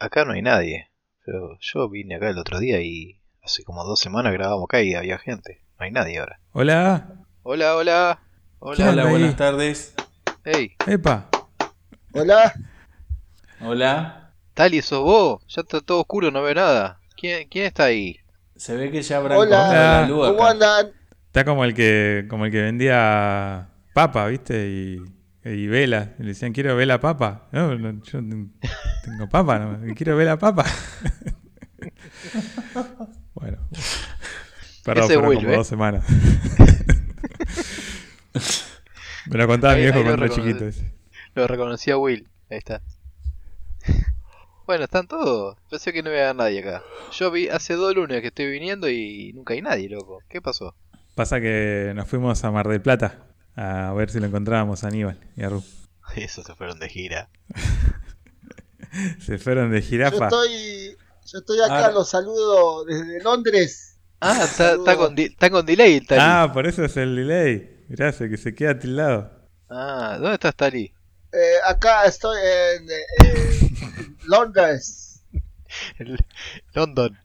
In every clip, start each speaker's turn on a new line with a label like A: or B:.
A: Acá no hay nadie. Pero yo vine acá el otro día y hace como dos semanas grabamos acá y había gente. No hay nadie ahora.
B: Hola.
A: Hola, hola.
B: ¿Quién
A: Hola.
B: anda
C: Hola,
B: ahí?
C: buenas tardes.
A: Hey,
B: Epa.
D: Hola,
C: Hola.
A: Tali, sos vos. Ya está todo oscuro, no veo nada. ¿Quién, quién está ahí?
C: Se ve que ya habrán
D: Hola.
C: cortado la luz
D: ¿cómo
C: acá.
D: andan?
B: Está como el que, como el que vendía papa, ¿viste? Y, y vela. Y le decían, quiero vela papa. No, no, yo no tengo papa, no, quiero vela papa. bueno. Perdón,
A: Ese
B: fueron
A: Will,
B: como
A: ¿eh?
B: dos semanas. Me lo contaba mi
A: Ahí-
B: viejo
A: ahí lo
B: cuando era
A: reconocí.
B: chiquito. ese.
A: Lo reconocí a Will. Ahí está. Bueno, están todos. Pensé que no iba a haber nadie acá. Yo vi hace dos lunes que estoy viniendo y nunca hay nadie, loco. ¿Qué pasó?
B: Pasa que nos fuimos a Mar del Plata a ver si lo encontrábamos a Aníbal y a Ru.
A: Eso se fueron de gira.
B: Se fueron de
D: Yo
B: jirafa.
D: estoy, yo estoy acá,
C: Ah.
D: los saludo desde Londres.
A: Ah, está, está con, di- está con delay el Tali. Ah.
B: Ah, por eso es el delay. Mirá, se- que se queda tildado.
A: Ah, ¿dónde estás, Tali?
D: Eh, acá estoy en eh, eh, Londres.
A: El- London.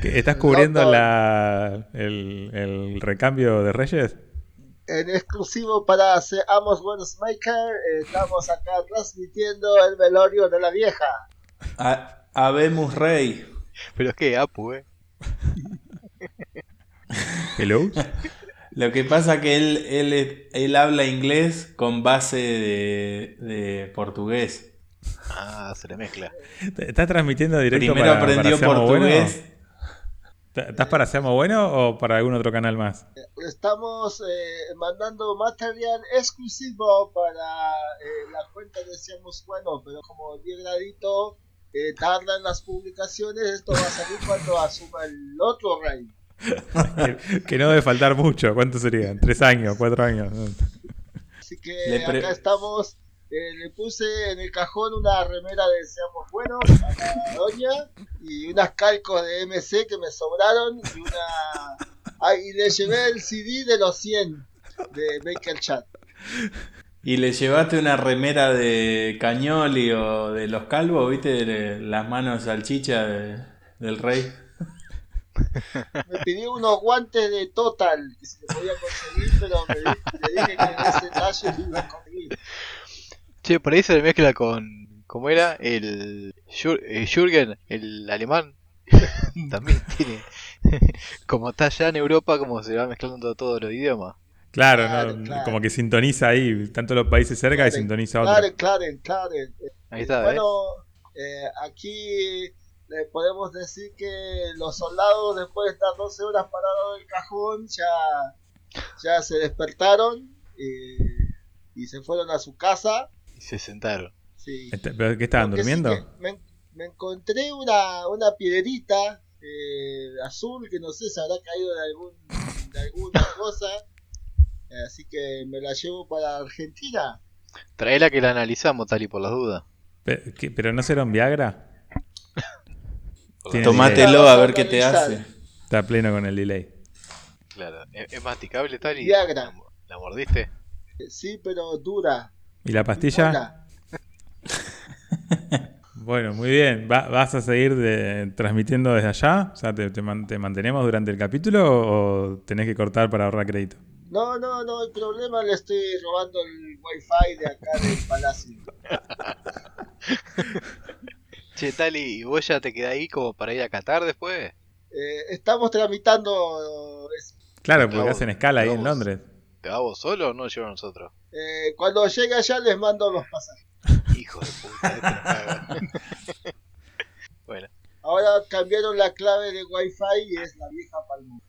B: ¿Qué, ¿Estás cubriendo
D: Loco.
B: la, el, el recambio de Reyes?
D: En exclusivo para Seamos Buenos Maker, eh, estamos acá transmitiendo el velorio de la vieja.
C: A- Habemos Rey.
A: Pero es que Apu, eh.
B: Hello.
C: Lo que pasa que él, él, él habla inglés con base de, de portugués.
A: Ah, se le mezcla.
B: ¿Estás transmitiendo directo
C: Primero
B: para,
C: aprendió
B: para Seamos Bueno?
C: portugués.
B: ¿Está- ¿Estás para Seamos Bueno o para algún otro canal más?
D: Estamos eh, mandando material exclusivo para eh, la cuenta de Seamos Bueno, pero como bien clarito, eh, tardan las publicaciones, esto va a salir cuando asuma el otro rey.
B: que, que no debe faltar mucho. ¿Cuánto serían? ¿Tres años? ¿Cuatro años?
D: Así que
C: Le pre-
D: acá estamos. Eh, le puse en el cajón una remera de Seamos Buenos a la doña y unas calcos de MC que me sobraron y una. Ah, y le llevé el CD de los 100 de Baker Chat.
C: Y le llevaste una remera de Cañoli o de los calvos, ¿viste? De las manos salchicha de- del rey.
D: Me pidió unos guantes de Total que se le podía conseguir, pero me di- le dije que en ese talle lo iba a conseguir.
A: Che, por ahí se le mezcla con. ¿Cómo era? El. Jür- eh, Jürgen, el alemán. También tiene. como está allá en Europa, como se va mezclando todos los idiomas.
B: Claro,
D: Claro,
B: no,
D: claro.
B: como que sintoniza ahí, tanto los países cerca y
D: Claro,
B: sintoniza otro.
D: Claro, claro, claro.
A: Ahí está,
D: bueno, eh, aquí le podemos decir que los soldados después de estar 12 horas parados en el cajón ya, ya se despertaron eh, y se fueron a su casa.
A: ¿eh? Y se sentaron.
D: Sí.
B: Este- ¿Pero qué estaban
D: Lo que sí
B: durmiendo?
D: que me, me encontré una, una piedrita eh, azul que no sé se habrá caído de, algún, de alguna cosa. Así que me la llevo para Argentina.
A: Traela que la analizamos, Tali, por las dudas.
B: Pe- ¿qué- ¿Pero no será un Viagra? Tiene delay.
C: Tomátelo a ver qué te hace.
B: Está pleno con el delay.
A: Claro. ¿Es, es masticable, Tali?
D: Viagra.
A: ¿La, mo- la mordiste?
D: Eh, Sí, pero dura.
B: ¿Y la pastilla?
D: Hola.
B: Bueno, muy bien. Va- ¿Vas a seguir de- transmitiendo desde allá? O sea, ¿te, te man- te mantenemos durante el capítulo o, o tenés que cortar para ahorrar crédito?
D: No, no, no, el problema le estoy robando el wifi de acá del palacio.
A: Che, Tali, ¿y vos ya te quedás ahí como para ir a Qatar después?
D: Eh, estamos tramitando... es-
B: Claro,
A: Claro,
B: porque hacen escala ahí en
A: vamos.
B: Londres.
A: ¿Te vas vos solo o no llevas nosotros?
D: eh, cuando llegue allá les mando los pasajes.
A: Hijo de puta, este nos caga. bueno,
D: Ahora cambiaron la clave de wifi y es la vieja palmo.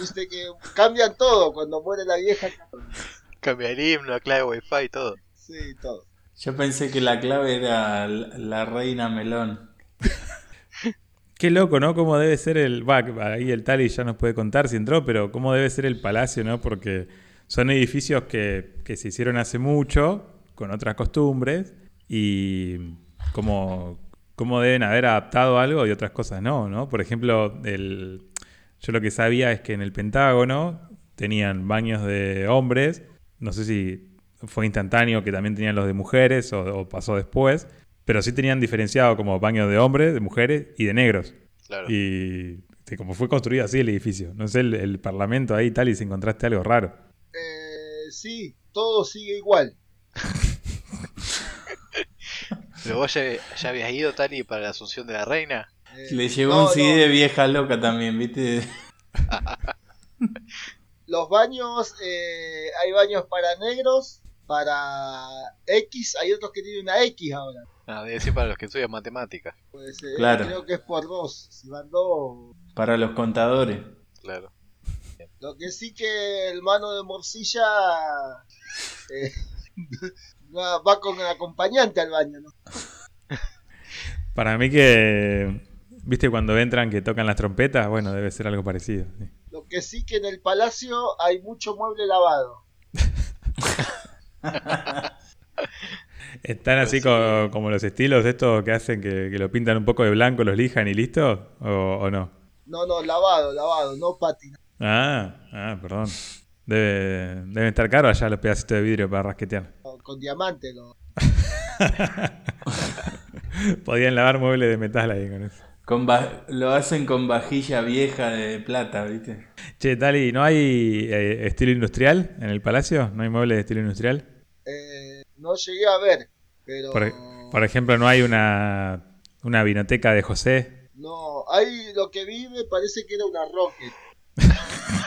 D: Viste que cambian todo cuando muere la vieja. cambian.
A: cambia el himno, clave wifi y todo.
D: Sí, todo.
C: Yo pensé que la clave era la la reina melón.
B: Qué loco, ¿no? Cómo debe ser el... Va, ahí el Tali ya nos puede contar si entró, pero cómo debe ser el palacio, ¿no? Porque son edificios que, que se hicieron hace mucho, co- con otras costumbres y cómo, cómo deben haber adaptado algo y otras cosas no, ¿no? Por ejemplo, el, yo lo que sabía es que en el Pentágono tenían baños de hombres, no sé si fue instantáneo que también tenían los de mujeres o, o pasó después, pero sí tenían diferenciado como baños de hombres, de mujeres y de negros.
A: Claro.
B: Y este, como fue construido así el edificio, no sé, el, el parlamento ahí y tal, y si encontraste algo raro.
D: Eh, sí, todo sigue igual.
A: Pero vos ya, ya habías ido, Tali, para la asunción de la reina.
D: Eh,
C: Le llegó
D: no,
C: un CD
D: no,
C: de vieja loca también, ¿viste?
D: Los baños, eh, hay baños para negros, para X, hay otros que tienen una X ahora.
A: Nada, Ah, debe decir para los que estudian matemáticas.
D: Pues, eh,
C: Claro.
D: Creo que es por dos, si van dos.
C: Para los contadores.
A: Claro.
D: Lo que sí que el mano de morcilla eh, va va con el acompañante al baño, ¿no?
B: Para mí que, viste, cuando entran que tocan las trompetas, bueno, debe ser algo parecido. sí.
D: Lo que sí que en el palacio hay mucho mueble lavado.
B: ¿Están así co- como los estilos estos que hacen que, que lo pintan un poco de blanco, los lijan y listo? ¿O, o no?
D: No, no, lavado, lavado, no patina.
B: Ah, ah, perdón. Debe- deben estar caros allá los pedacitos de vidrio para rasquetear.
D: no, con diamante. lo-
B: Podían lavar muebles de metal ahí con eso.
C: Con va- lo hacen con vajilla vieja de plata, ¿viste?
B: Che, Tali, ¿no hay eh, estilo industrial en el palacio? ¿No hay muebles de estilo industrial?
D: eh, no llegué a ver, pero
B: Por, por ejemplo, ¿no hay una, una vinoteca de José?
D: no, ahí lo que vi me parece que era una roque.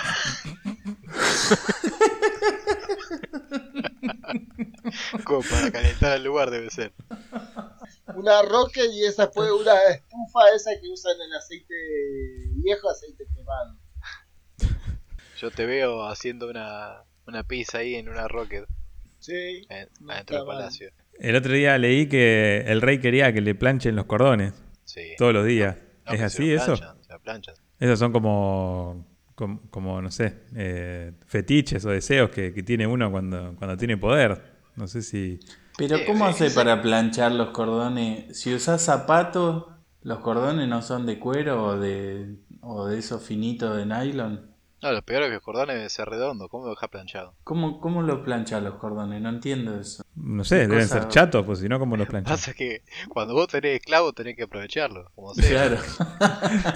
A: Como para calentar el lugar debe ser.
D: Una roque y esa fue una estufa esa que usan el aceite viejo, aceite quemado.
A: Yo te veo haciendo una, una pizza ahí en una rocket
D: Sí,
A: en-
D: No
A: adentro del
D: está mal.
A: palacio.
B: El otro día leí que el rey quería que le planchen los cordones
A: Sí.
B: todos los días.
A: No,
B: ¿Es
A: que
B: así
A: se la
B: eso?
A: planchan, se la planchan.
B: Esos son como, com- como, no sé, eh, fetiches o deseos que, que tiene uno cuando, cuando tiene poder. No sé si...
C: Pero
A: Sí,
C: ¿cómo
A: sí,
C: hace
A: sí.
C: para planchar los cordones? Si usás zapatos, los cordones no son de cuero o de, o de esos finitos de nylon.
A: No, lo peor es que el cordón debe ser redondo. ¿Cómo lo dejas planchado?
C: ¿Cómo, cómo los planchas los cordones? No entiendo eso.
B: No sé,
C: Qué
B: deben
C: cosa-
B: ser chatos, pues si no, ¿cómo los planchan?
A: Pasa que cuando vos tenés esclavo tenés que aprovecharlo. Como sea.
C: Claro,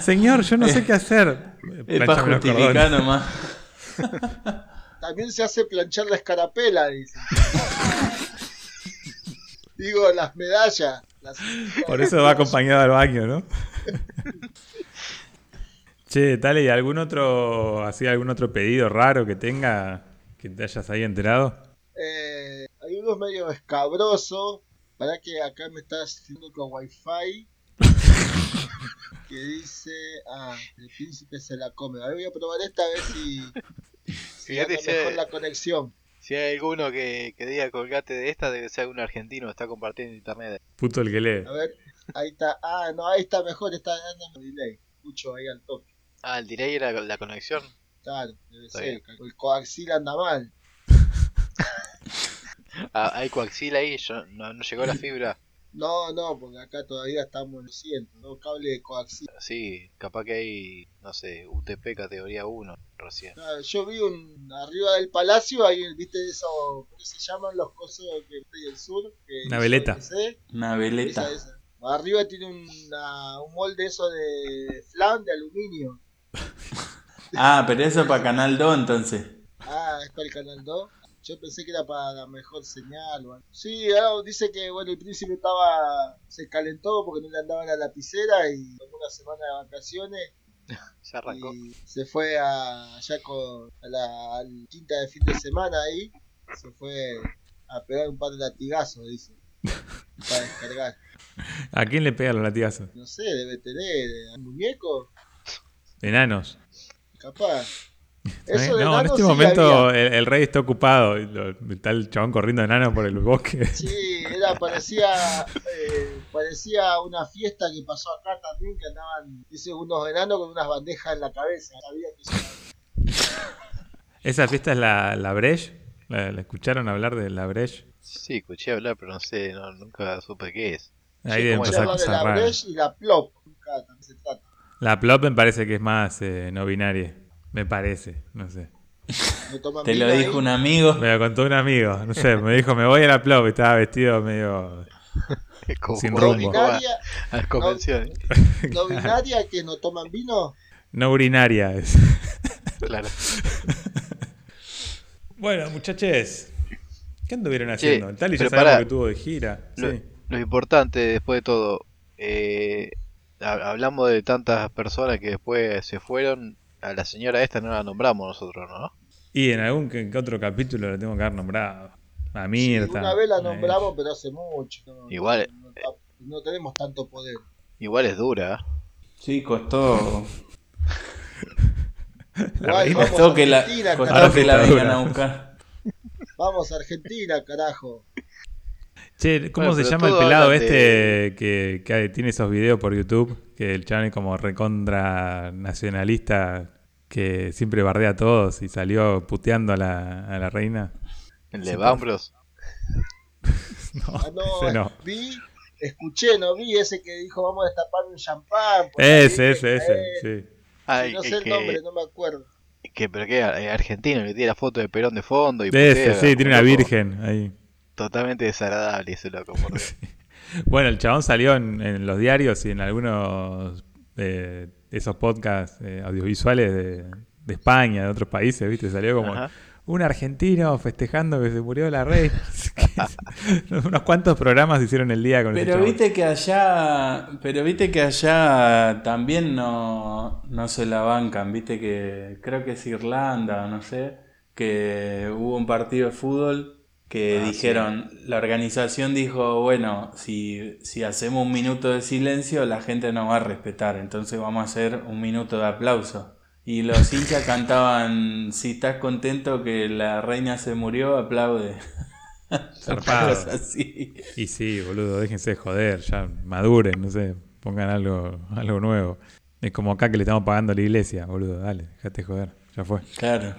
B: Señor, yo no sé qué hacer.
C: es para
B: Plánchame Eh, los cordones.
C: justificar nomás.
D: También se hace planchar la escarapela, dice. Digo, las medallas. las-
B: Por eso va acompañado al baño, ¿no? che, Tale, ¿y algún otro, así, algún otro pedido raro que tenga que te hayas ahí enterado?
D: Eh, hay unos medio escabroso. Para que acá me estás haciendo con wifi. que dice. Ah, el príncipe se la come. A ver, voy a probar esta a ver si. Si
A: Ya
D: anda
A: dice-
D: mejor la conexión.
A: Si hay alguno que, que diga colgate de esta, debe ser un argentino que está compartiendo en internet.
B: Puto el que lee.
D: A ver, ahí está. Ah, no, ahí está mejor. Está dando delay. Escucho ahí al toque.
A: Ah, el delay era la conexión.
D: Claro, debe
A: Está
D: ser. El coaxil anda mal.
A: Ah, hay coaxil ahí, yo- no, no llegó la fibra.
D: No, no, porque acá todavía estamos en el 100. No cable de coaxil.
A: Sí, capaz que hay, no sé, UTP categoría 1 recién.
D: Claro, Ah, Yo vi un arriba del palacio, ahí viste eso, ¿cómo se llaman los cosos que hay del sur? Que
B: Una
D: hizo
B: veleta.
D: DC?
C: Una veleta.
D: Esa, esa. Arriba tiene una- un molde eso de flan de aluminio.
C: Ah, pero eso para Canal 2 entonces.
D: Ah, es para el canal 2. Yo pensé que era para la mejor señal. o algo. Sí, ahora dice que bueno el príncipe estaba se calentó porque no le andaba la lapicera y tomó una semana de vacaciones
A: Ya arrancó.
D: y se fue a, allá con, a la al quinta de fin de semana ahí, se fue a pegar un par de latigazos, dice, para descargar.
B: ¿A quién le pega los latigazos?
D: No sé, debe tener un muñeco,
B: Enanos.
D: capaz.
B: Eh,
D: Eso de
B: no, en
D: enano
B: este
D: sí
B: momento
D: había.
B: el, el rey está ocupado. y lo- Está el chabón corriendo enano por el bosque.
D: Sí, era, parecía, eh, parecía una fiesta que pasó acá también, que andaban, dice, unos enanos con unas bandejas en la cabeza. Sabía que eso era-
B: ¿Esa fiesta es la, la Breche? ¿La, la escucharon hablar de la Breche?
A: Sí, escuché hablar, pero no sé, no, nunca supe qué es.
B: Ahí
A: Sí,
B: debe
A: como
B: empezar
A: llaman
D: de
B: cosas
D: la
B: raras.
D: Breche y la Plop. Acá también se trata.
B: La plop me parece que es más eh, no binaria. Me parece, no sé.
D: Me toman
C: Te lo
D: vino
C: dijo
D: ahí.
C: un amigo.
B: Me lo contó un amigo, no sé. Me dijo, me voy a la plop. y Estaba vestido medio.
A: Como
B: Sin
A: cuando
B: rumbo.
A: va
D: Binaria,
A: A las convenciones,
D: no binaria que no toman vino.
B: No urinaria. es.
A: claro.
B: bueno, muchachos. ¿Qué anduvieron haciendo? El Tali ya
A: pero
B: sabemos
A: pará.
B: que tuvo de gira.
A: Lo,
B: sí.
A: lo importante después de todo, eh, ha- hablamos de tantas personas que después se fueron. A la señora esta no la nombramos nosotros, ¿no?
B: Y en algún que- que otro capítulo lo tengo que haber nombrado. A Mirta.
D: Sí, una vez la
B: a
D: nombramos, pero hace mucho. No,
A: Igual.
D: No, no tenemos tanto poder.
A: Igual es dura. ¿eh?
C: Sí, costó.
B: La
D: Igual,
B: reina.
D: vamos,
C: Costó que la,
D: Argentina,
C: costó
D: carajo.
C: que la
B: Dictadura.
C: vengan a buscar.
D: Vamos a Argentina, carajo.
B: Che, ¿cómo
A: Bueno,
B: se
A: pero
B: llama el
A: todo
B: pelado
A: habla
B: este
A: de-
B: que, que tiene esos videos por YouTube? Que el chabón es como recontra nacionalista que siempre bardea a todos y salió puteando a la, a la reina.
A: El de Bambros.
B: No,
D: Ah, no,
B: ese no.
D: vi, escuché, no vi ese que dijo vamos a destapar un champán. por
B: Ese,
D: ahí,
B: ese, ese,
D: eh,
B: sí.
A: Ay,
D: no sé
A: eh,
D: el
A: que,
D: nombre, no me acuerdo.
A: que- pero que eh, argentino que tiene la foto de Perón de fondo y
B: Ese,
A: putea,
B: sí, tiene una
A: un loco
B: virgen ahí.
A: Totalmente desagradable ese loco. por Dios.
B: Bueno, el chabón salió en, en los diarios y en algunos eh, esos podcasts eh, audiovisuales de, de España, de otros países, ¿viste? Salió como
A: Ajá.
B: un argentino festejando que se murió la reina. Unos cuantos programas hicieron el día con ese
C: Pero
B: chabón.
C: viste que allá, pero viste que allá también no, no se la bancan, viste que creo que es Irlanda, no sé, que hubo un partido de fútbol que
A: Ah,
C: dijeron, la organización dijo, bueno, si, si hacemos un minuto de silencio, la gente nos va a respetar, entonces vamos a hacer un minuto de aplauso. Y los hinchas cantaban, si estás contento que la reina se murió, aplaude.
B: Zarpado.
C: Cosas así.
B: Y sí, boludo, déjense de joder, ya maduren, no sé, pongan algo, algo nuevo. Es como acá que le estamos pagando a la iglesia, boludo, dale, dejate de joder, ya fue.
C: Claro.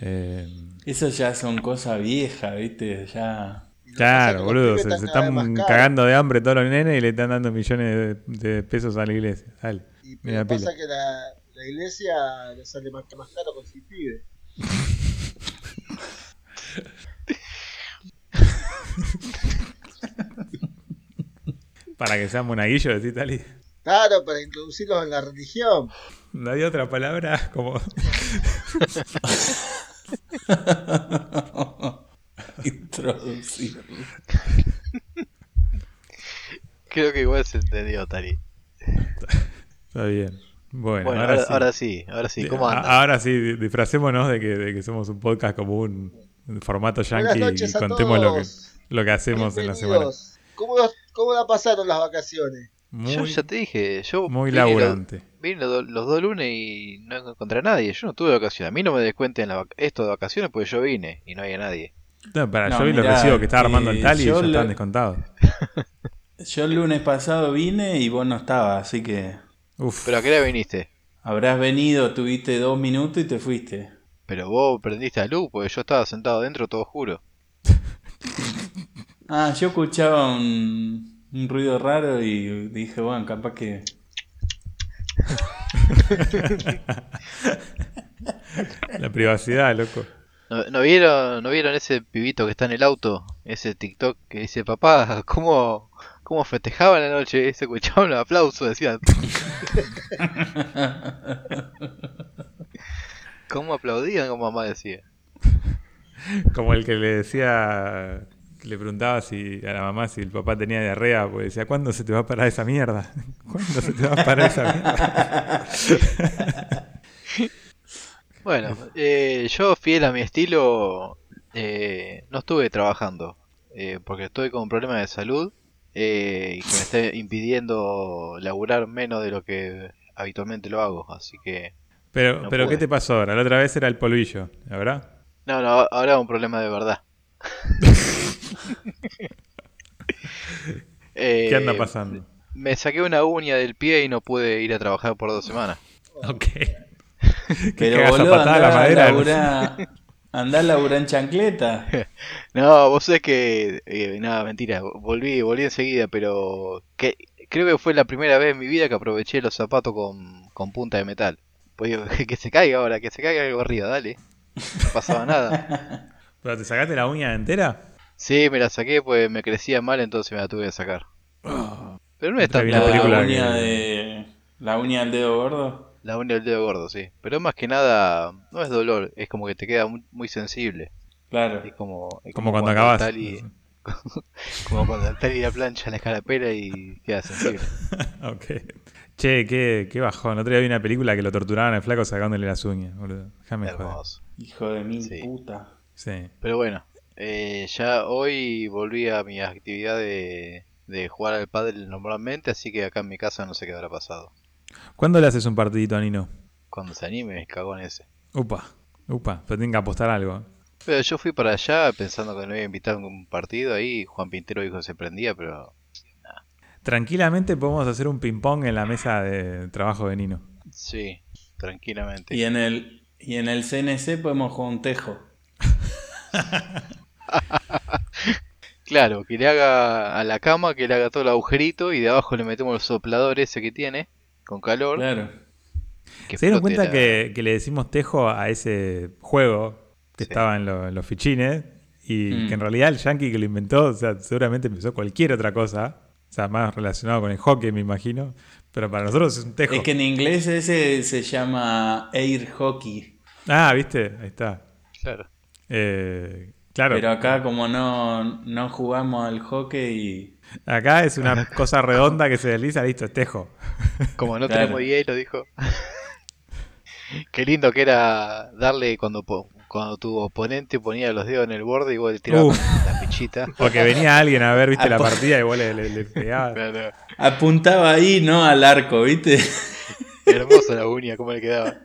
B: Eh,
C: Eso ya son cosas viejas, ¿viste? Ya.
D: Y lo que pasa es que
B: claro,
D: los
B: boludo,
D: pibes
B: se, se
D: cada vez más
B: están
D: caros.
B: cagando de hambre todos los nenes y le están dando millones de, de pesos a la iglesia, dale.
D: Y pero
B: Mira,
D: pasa
B: pila.
D: que la, la iglesia le sale más, más caro con ¿eh? sus pibes.
B: Para que sean monaguillos, decís, tal y...
D: Claro, para introducirlos en la religión.
B: No había otra palabra como...
C: Introducir.
A: Creo que igual se entendió, Tari.
B: Está bien. Bueno,
A: Bueno, ahora,
B: ahora, sí.
A: ahora sí. ahora sí, ¿cómo
B: A-
A: andas?
B: Ahora sí, di- disfracémonos de que, de que somos un podcast como un un formato
D: Buenas
B: yankee
D: noches
B: y
D: a
B: contemos lo que,
D: todos.
B: lo que hacemos en la semana.
D: Bienvenidos. ¿Cómo, los- ¿Cómo la pasaron las vacaciones?
A: Yo
B: Muy,
A: ya te dije, yo
B: muy
A: vine los-
B: laburante.
A: Vine los, do- los dos lunes y no encontré a nadie. Yo no tuve vacaciones. A mí no me descuenten la vac- esto de vacaciones porque yo vine y no había nadie.
B: No, para,
C: No,
B: yo vi los
C: mirá,
B: recibos que estaba armando el
C: eh,
B: tal y ya
C: yo
B: estaban
C: lo-
B: descontados.
C: Yo el lunes pasado vine y vos no estabas, así que
B: Uf,
A: Pero a qué hora viniste?
C: habrás venido, tuviste dos minutos y te fuiste.
A: Pero vos prendiste la luz porque yo estaba sentado adentro, todo oscuro.
C: Ah, yo escuchaba un, un ruido raro y dije, bueno, capaz que.
B: la privacidad, loco.
A: ¿No, no vieron, ¿No vieron ese pibito que está en el auto? Ese TikTok que dice, papá, ¿cómo, cómo festejaban la noche? Y se escuchaban los aplausos, decían. ¿Cómo aplaudían? Como mamá decía.
B: Como el que le decía, que le preguntaba si a la mamá si el papá tenía diarrea, porque decía, ¿cuándo se te va a parar esa mierda? ¿Cuándo se te va a parar esa mierda?
A: Bueno, eh, yo fiel a mi estilo, eh, no estuve trabajando, eh, porque estoy con problemas de salud eh, y que me esté impidiendo laburar menos de lo que habitualmente lo hago, así que...
B: Pero,
A: No
B: pero ¿qué
A: pude.
B: te pasó ahora? La otra vez era el polvillo, ¿la ¿verdad?
A: No, no, ahora es un problema de verdad. Eh,
B: ¿Qué anda pasando?
A: Me saqué una uña del pie y no pude ir a trabajar por dos semanas.
B: Ok.
C: Pero
B: cagas a
C: boludo,
B: patada
C: andá
B: la
C: a
B: madera,
C: laburar- Andá a laburar en chancleta.
A: No, vos sabés que. eh, nada, mentira. Volví, volví enseguida, pero. Que, creo que fue la primera vez en mi vida que aproveché los zapatos con, con punta de metal. Pues digo, que se caiga ahora, que se caiga algo arriba, dale. No pasaba nada.
B: ¿Pero te sacaste la uña entera?
A: Sí, me la saqué, pues me crecía mal, entonces me la tuve que sacar. Pero no es
B: Entra
A: tan
B: bien Ah. la
A: la,
B: película
C: la uña
B: que-
C: de. La uña del dedo gordo.
A: la uña del dedo gordo, sí. Pero más que nada, no es dolor, es como que te queda muy, muy sensible.
C: Claro.
A: Es como, es
B: Como cuando acabas.
A: Tali- como cuando el Tali la plancha en la escarapela y queda sensible.
B: Ok. Che, qué, qué bajón. Otro día vi una película que lo torturaban al flaco sacándole las uñas, boludo. Déjame joder.
A: Hermoso.
C: Hijo de mil
A: Sí.
C: puta.
B: Sí.
A: Pero bueno, eh, ya hoy volví a mi actividad de, de jugar al pádel normalmente, así que acá en mi casa no sé qué habrá pasado.
B: ¿Cuándo le haces un partidito a Nino?
A: Cuando se anime, cagón ese.
B: Upa, upa. Pero tienen que apostar algo.
A: Pero yo fui para allá pensando que no iba a invitar a un partido ahí, Juan Pintero dijo que se prendía, pero
B: Tranquilamente podemos hacer un ping-pong en la mesa de trabajo de Nino.
A: sí, tranquilamente.
C: Y en el. Y en el CNC podemos jugar un tejo.
A: Claro, que le haga a la cama, que le haga todo el agujerito y de abajo le metemos el soplador ese que tiene, con calor.
C: Claro.
A: que
B: ¿Se dieron
A: explote
B: cuenta
A: la-
B: que, que le decimos tejo a ese juego que estaba en, lo- en los fichines? Y
C: Mm.
B: que en realidad el yankee que lo inventó, o sea, seguramente empezó cualquier otra cosa. O sea, más relacionado con el hockey, me imagino. Pero para nosotros es un tejo.
C: Es que en inglés ese se llama air hockey.
B: Ah, viste, ahí está.
A: Claro.
B: Eh, claro,
C: Pero acá como no, no jugamos al hockey
B: acá es una cosa redonda que se desliza, listo, estejo.
A: Como no
C: Claro.
A: tenemos hielo, dijo. Qué lindo que era darle cuando po- cuando tu oponente ponía los dedos en el borde y vos le tirabas
B: Uf.
A: la pichita.
B: O que venía alguien a ver, viste, la
C: Apo-
B: partida y vos le, le- le pegabas.
A: Claro.
C: apuntaba ahí, no al arco, ¿viste?
A: Hermosa la uña, cómo le quedaba.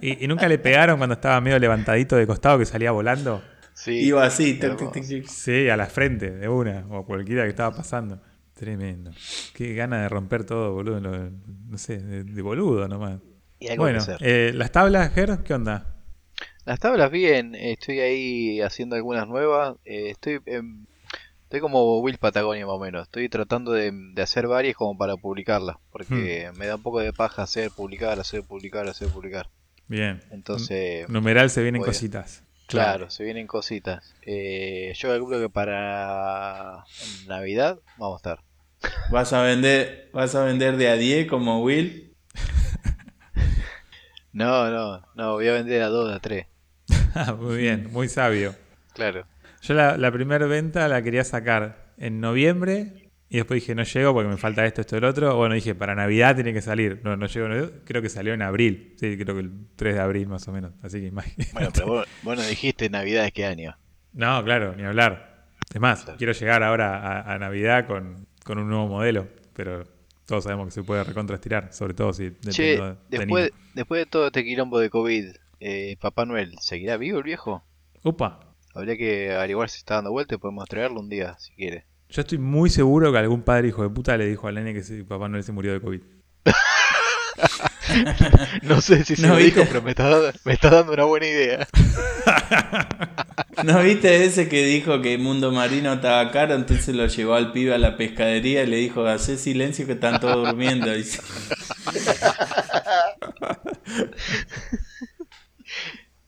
B: Y, y nunca le pegaron cuando estaba medio levantadito de costado que salía volando.
A: Sí.
C: Iba así. tic,
A: hermoso.
C: tic, tic, tic.
B: Sí, a la frente, de una, o cualquiera que estaba pasando. Tremendo. Qué gana de romper todo, boludo. lo- no sé, de, de boludo nomás.
A: Y algo que
B: Bueno,
A: hacer.
B: eh, las tablas, Ger, ¿qué onda?
A: Las tablas bien, eh, estoy ahí haciendo algunas nuevas. eh, estoy em, estoy como Will Patagonia más o menos. Estoy tratando de, de hacer varias como para publicarlas. Porque me da un poco de paja hacer, publicar, hacer, publicar, hacer, publicar.
B: Bien.
A: Entonces...
B: Numeral se vienen
A: Bueno.
B: cositas.
A: Claro, se vienen cositas. Eh, yo calculo que para Navidad vamos a estar.
C: Vas a vender, vas a vender de a 10 como Will.
A: No, no, no, voy a vender a 2, a 3.
B: Ah, muy bien, muy sabio.
A: Claro.
B: Yo la, la primera venta la quería sacar en noviembre y después dije, no llego porque me falta esto, esto, el otro. Bueno, dije, para Navidad tiene que salir. No, no llego. no- creo que salió en abril. Sí, creo que el 3 de abril más o menos. Así que imagínate.
A: Bueno, pero vos, vos no dijiste Navidad de qué año.
B: No, claro, ni hablar. Es más,
A: Claro.
B: quiero llegar ahora a, a Navidad con, con un nuevo modelo, pero todos sabemos que se puede recontrastirar, sobre todo si depende
A: Che,
B: de- de
A: después,
B: Nino.
A: después de todo este quilombo de COVID, eh, Papá Noel, ¿seguirá vivo el viejo?
B: Upa,
A: Habría que averiguar si está dando vuelta y podemos traerlo un día, si quiere.
B: yo estoy muy seguro que algún padre hijo de puta le dijo al nene que sí, papá Noel se murió de COVID.
A: No sé si se
C: No,
A: lo
C: ¿viste?
A: dijo, pero me está, dando- me está dando una buena idea.
C: ¿No viste ese que dijo que Mundo Marino estaba caro? Entonces lo llevó al pibe a la pescadería y le dijo, hacé silencio que están todos durmiendo. Y se-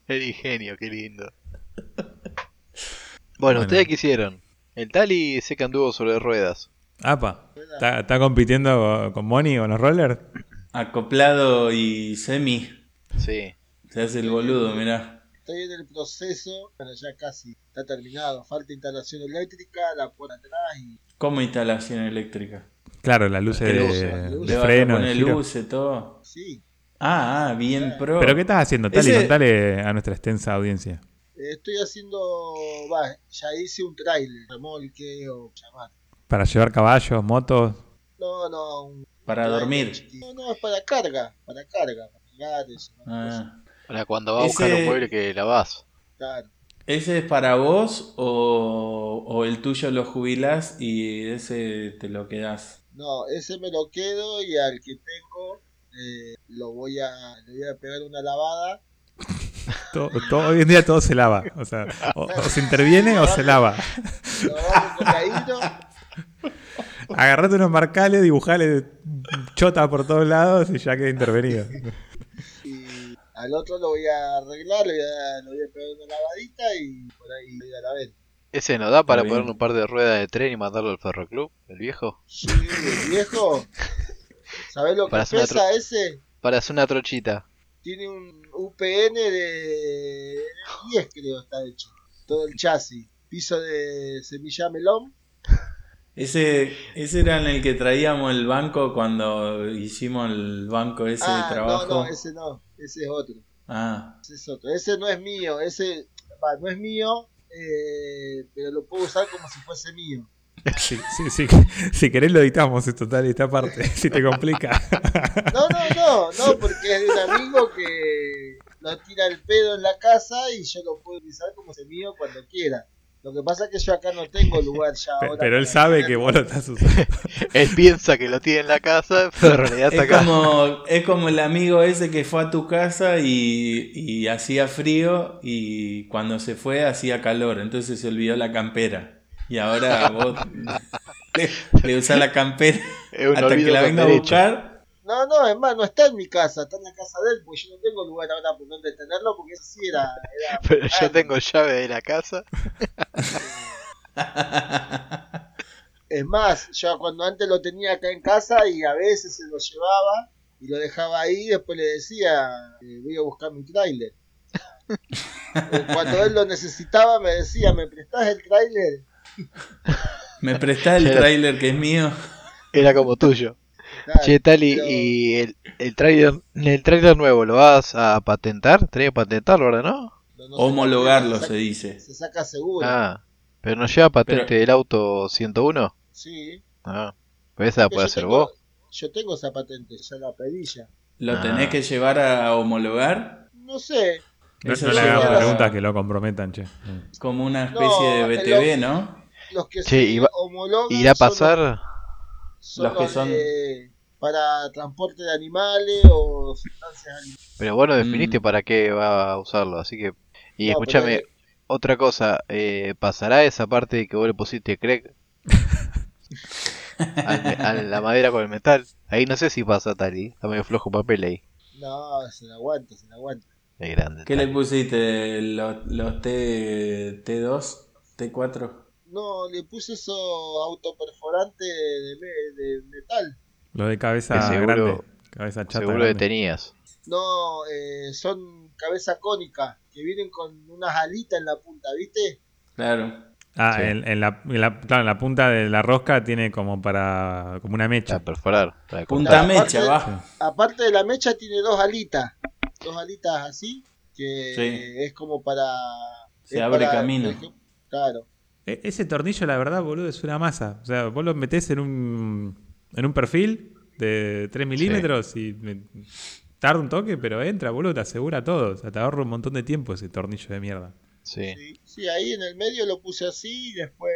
A: El ingenio, qué lindo. Bueno,
B: Bueno.
A: ¿ustedes qué hicieron? El Tali sé que anduvo sobre ruedas.
B: Apa, ¿está está compitiendo con Moni o los rollers?
C: Acoplado y semi.
A: Sí.
C: Se hace el boludo, mirá.
D: Estoy en el proceso, pero ya casi está terminado. Falta instalación eléctrica, la puerta atrás y
C: ¿Cómo instalación eléctrica?
B: Claro, las luces
A: Las
B: de,
A: luces,
D: las
B: de
D: luces.
C: Le vas a
B: freno. de
C: poner
B: giro.
C: luces, todo.
D: sí.
C: Ah, ah, bien pro.
B: Pero ¿qué estás haciendo, Tali?
C: Ese-
B: Contale a nuestra extensa audiencia.
D: Eh, Estoy haciendo, va, ya hice un trailer, remolque o llamar.
B: Para llevar caballos, motos.
D: No, no, un
C: Para
D: trailer
C: dormir.
D: chiquito. No, no, es para carga, para carga, para cargar, eso, una cosa,
C: Ah.
A: Ahora cuando vas a
C: Ese-
A: buscar un mueble que lavás.
D: claro.
C: ¿Ese es para vos o, o el tuyo lo jubilás y ese te lo quedás?
D: No, ese me lo quedo y al que tengo eh, lo voy a, le voy a pegar una lavada
B: To- to- hoy en día todo se lava. O sea, o, o se interviene o se lava.
D: Lo vamos con cocaína.
B: Agarrate unos marcales, dibujales chota por todos lados y ya queda intervenido.
D: y al otro lo voy a arreglar, le voy a, le voy a pegar una lavadita y por ahí voy a la venta.
A: Ese no da para
C: Está bien.
A: ponerle un par de ruedas de tren y mandarlo al ferroclub, el viejo.
D: Sí, el viejo. ¿Sabés lo que
A: Parece una
D: pesa ese?
A: Para hacer una trochita.
D: Tiene un UPN de 10 creo está hecho. Todo el chasis. Piso de semilla melón.
C: Ese, ese era en el que traíamos el banco cuando hicimos el banco ese
D: ah,
C: de trabajo.
D: no, no, ese no. Ese es otro.
C: Ah,
D: Ese es otro. Ese no es mío. Ese va, no es mío. eh, pero lo puedo usar como si fuese mío.
B: Sí, sí, sí. Si querés lo editamos en total esta parte, si te complica.
D: No, no, no, no, porque es de un amigo que lo tira el pedo en la casa y yo lo puedo utilizar como ese mío cuando quiera. Lo que pasa es que yo acá no tengo lugar ya
B: Pe-
D: ahora.
B: Pero él
D: para-
B: sabe que vos lo estás usando.
A: Él piensa que lo tiene en la casa, pero en realidad está
C: es
A: acá.
C: como, es como el amigo ese que fue a tu casa y, y hacía frío y cuando se fue hacía calor, entonces se olvidó la campera. Y ahora vos le, le usás la campera
A: Es un
C: hasta que
A: olvido
C: la
A: con
C: venga a
A: derecho.
C: buscar.
D: No, no, es más, no está en mi casa, está en la casa de él, porque yo no tengo lugar ahora por donde tenerlo, porque eso sí era. era
A: Pero
D: Ah,
A: yo tengo llave de la casa.
D: Es más, yo cuando antes lo tenía acá en casa y a veces se lo llevaba y lo dejaba ahí, después le decía, eh, voy a buscar mi tráiler. Eh, cuando él lo necesitaba me decía, ¿me prestás el tráiler?
C: ¿Me prestás el
A: Pero-
C: tráiler que es mío?
A: Era como tuyo.
D: Claro,
A: Che, Tali,
D: pero-
A: y el, el trailer, el trailer nuevo, ¿lo vas a patentar? Tenés que patentarlo ahora, ¿no?
D: no, no sé
C: Homologarlo
D: por
C: se
D: qué,
C: dice.
D: se saca, se saca seguro.
A: Ah, pero no lleva patente
C: Pero-
A: del auto 101.
D: Sí.
A: Ah, pues esa la
D: Yo
A: puede hacer
D: tengo-
A: vos.
D: Yo tengo esa patente, ya la pedí ya.
C: ¿Lo
A: Ah.
C: tenés que llevar a homologar?
D: No sé,
B: No,
C: Eso
B: no le
D: sí,
B: hagamos
D: ahora-
B: preguntas que lo comprometan, che.
C: Como una
D: No,
C: especie de BTV,
D: el-
C: ¿no?
D: los que
A: Che,
D: se
A: y va-
D: homologan
A: ¿Irá a
D: son
A: pasar?
D: son
C: Los que son-
D: de- para transporte de animales o sustancias animales.
A: Pero vos no definiste
C: Mm.
A: para qué va a usarlo, así que... Y
D: No,
A: escúchame,
D: pero-
A: otra cosa, eh, ¿pasará esa parte que vos le pusiste Craig? al me- a la madera con el metal. Ahí no sé si pasa, Tali. Está medio flojo papel ahí.
D: No, se la aguanta, se la aguanta.
A: Es grande.
C: ¿Qué le
A: Tali.
C: pusiste? ¿Los, los T, T2? ¿T4?
D: No, le puse eso autoperforante de, me- de metal.
B: Lo de cabeza
A: Que seguro-
B: grande. Cabeza chata.
A: Seguro que
B: grande.
A: tenías.
D: No, eh, son cabeza cónica que vienen con unas alitas en la punta, ¿viste?
C: Claro.
B: Ah,
A: Sí.
B: en, en la, en la- claro, en la punta de la rosca tiene como para. como una mecha.
A: Para perforar. Para cortar.
C: Punta mecha, va.
D: Aparte de la mecha tiene dos alitas, dos alitas así que
C: Sí.
D: es como para
C: Se
D: es
C: abre
D: para,
C: camino.
D: por ejemplo, Claro.
B: E- Ese tornillo, la verdad, boludo, es una masa. O sea, vos lo metés en un, en un perfil de 3 milímetros y me- tarda un toque, pero entra, boludo, te asegura todo. O sea, te ahorra un montón de tiempo ese tornillo de mierda.
A: Sí.
D: Sí, sí, ahí en el medio lo puse así y después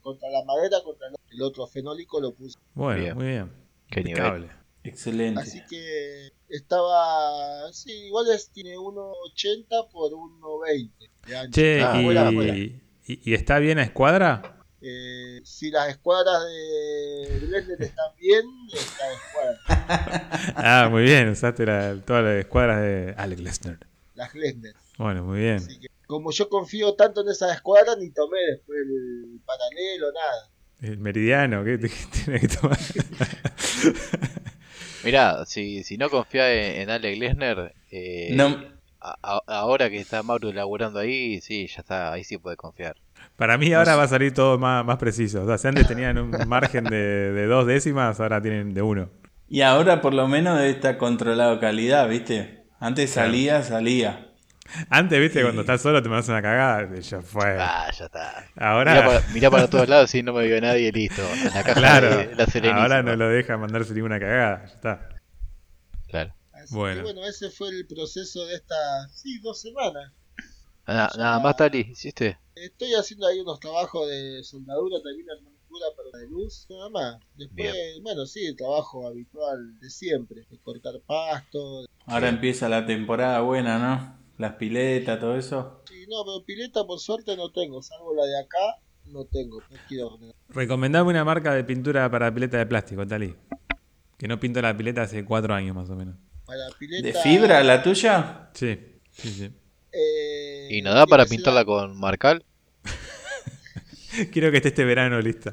D: contra la madera, contra el otro- el otro fenólico lo puse.
B: Bueno,
A: Bien.
B: muy bien.
A: Qué nivel.
B: Impecable.
C: Excelente.
D: Así que estaba, sí, igual es, tiene 1,80 por 1,20 de ancho.
B: Che,
A: Ah,
B: y,
D: Afuera, afuera.
B: y- y está bien a escuadra?
D: Eh, si las escuadras de Leslie están bien, está escuadra.
B: Ah, muy bien, usaste la- todas las escuadras de Alex Lesnar.
D: Las Leslie.
B: Bueno, muy bien.
D: Así que, como yo confío tanto en esas escuadras, ni tomé después el paralelo, nada.
B: El Eh, meridiano, ¿qué, te- qué tiene que tomar?
A: Mirá, si, si no confía en, en Alex Lesnar, eh,
C: No,
A: a- a- ahora que está Mauro laburando ahí, sí, ya está, ahí sí puede confiar.
B: Para mí ahora va a salir todo más, más preciso. O sea, si antes tenían un margen de, de dos décimas, ahora tienen de uno.
C: y ahora por lo menos está controlado calidad, ¿viste? Antes salía, salía.
B: Antes, viste, cuando estás solo te mandas una cagada, ya fue.
A: Ah, ya está. Mirá
B: Ahora,
A: para, mirá para todos lados y no me vio nadie, listo. En la caja de
B: claro,
A: la Serenísima.
B: ahora no lo deja mandarse ninguna cagada, ya está.
A: Claro.
D: Así
B: Bueno.
D: que bueno, ese fue el proceso de estas, sí, dos semanas.
A: Na- nada más, Tali, ¿hiciste?
D: Estoy haciendo ahí unos trabajos de soldadura, también armadura para de luz, nada más. Después, bueno, sí, el trabajo habitual de siempre, de cortar pasto.
C: Ahora empieza la temporada buena, ¿no? Las piletas, todo eso.
D: Sí, no, pero pileta por suerte no tengo, salvo la de acá, no tengo. No quiero.
B: Recomendame una marca de pintura para pileta de plástico, Talí. Que no pinto la pileta hace cuatro años más o menos.
D: Para pileta,
C: ¿De fibra la tuya?
B: Sí, sí, sí.
D: eh,
A: ¿Y no da para
D: tiene que ser
A: pintarla con marcal?
B: Quiero que esté este verano lista.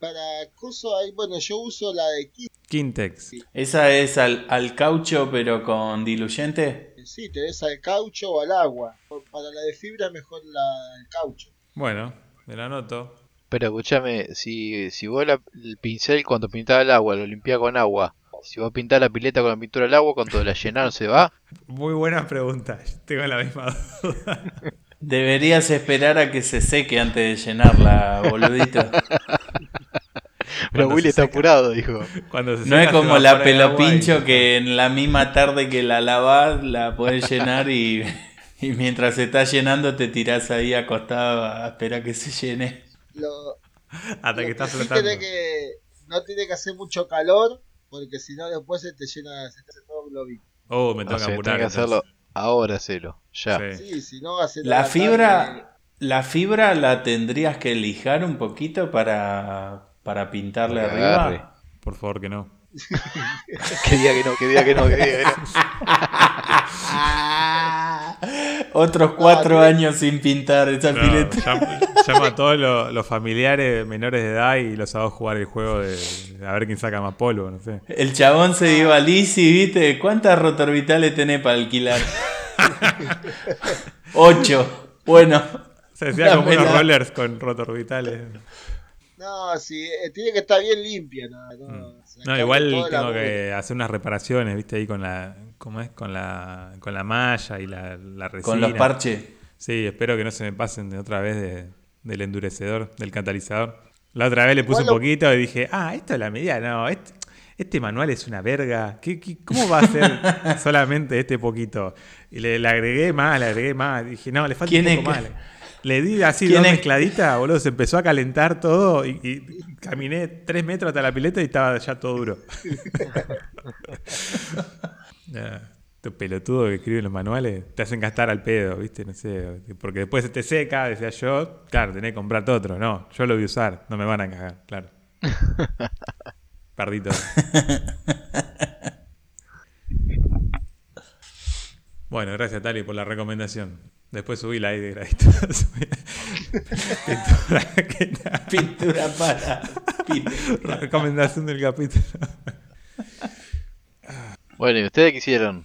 D: Para curso, ahí, bueno, yo uso la de Kiss.
B: Quintex.
C: ¿Esa es al, al caucho pero con diluyente?
D: Sí, tenés al caucho o al agua. Por- Para la de fibra, mejor la del caucho.
B: Bueno, me la anoto.
A: Pero escúchame, si, si vos la- el pincel cuando pintaba el agua lo limpiaba con agua, si vos pintás la pileta con la pintura del agua, cuando la llenás no se va,
B: Muy buena pregunta. Yo Tengo la misma duda.
C: Deberías esperar a que se seque antes de llenarla, boludito.
A: pero
B: Cuando
A: Willy
B: se
A: está
B: seca.
A: apurado, dijo.
B: Cuando se
C: No
B: seca,
C: es
B: se
C: como
B: evapora
C: la
B: el agua
C: pelopincho
B: y-
C: que en la misma tarde que la lavas la podés llenar y, y mientras se está llenando te tirás ahí acostado a esperar que se llene.
D: Lo,
B: Hasta
D: lo
B: que está
D: sí
B: flotando.
D: tenés que- no tiene que hacer mucho calor, porque si no, después se te llena se te hace todo globito.
B: Oh, me
A: No
C: Ah,
B: toca
A: sé,
B: apurar.
A: tenés que hacerlo
B: entonces.
A: ahora, cero, ya.
B: Sí.
D: Sí, si no, hace
C: La
D: tarde-
C: fibra, la fibra la tendrías que lijar un poquito para, para pintarle
A: Para que
C: arriba.
A: agarre.
B: Por favor que no.
A: Que diga que no, que diga que no, que diga que no.
C: Otros cuatro
D: tiene-
C: años sin pintar esa
B: No,
C: pileta.
B: llama, llama a todos los, los familiares menores de edad y los hago jugar el juego de de a ver quién saca más polvo, no sé.
C: El chabón se iba a Lisi, ¿viste? ¿Cuántas rotorvitales tenés para alquilar? Ocho. Bueno,
B: O sea, sea como unos
C: Dámela.
B: rollers con rotorbitales.
D: No, sí, eh, tiene que estar bien limpia. No, no,
B: Mm. No,
D: sacarle
B: igual
D: toda la
B: tengo
D: mugre.
B: que hacer unas reparaciones, viste, ahí con la. ¿Cómo es? Con la, con la malla y la, la resina.
C: con los parches.
B: Sí, espero que no se me pasen de otra vez de- del endurecedor, del catalizador. La otra vez le puse
D: Igual lo-
B: un poquito y dije, ah, esto es la medida, no, este, este manual es una verga. ¿Qué, qué- cómo va a ser solamente este poquito? Y le, le agregué más, le agregué más. Dije, no, le falta
C: ¿Quién
B: un
C: es
B: poco
C: que-
B: más. Le di así
C: ¿Quién
B: dos
C: es-
B: mezcladitas, boludo, se empezó a calentar todo y, y caminé tres metros hasta la pileta y estaba ya todo duro. Ah, Estos pelotudos que escriben los manuales te hacen gastar al pedo, ¿viste? No sé, porque después se te seca, decía yo, claro, tenés que comprarte otro. No, yo lo voy a usar, no me van a cagar, claro. Perdito. Bueno, gracias Tali por la recomendación. Después subíla ahí de gradito. Subí- Pintura que nada.
C: Pintura para. pintura.
B: Recomendación del capítulo.
A: Bueno, ¿y ustedes qué hicieron?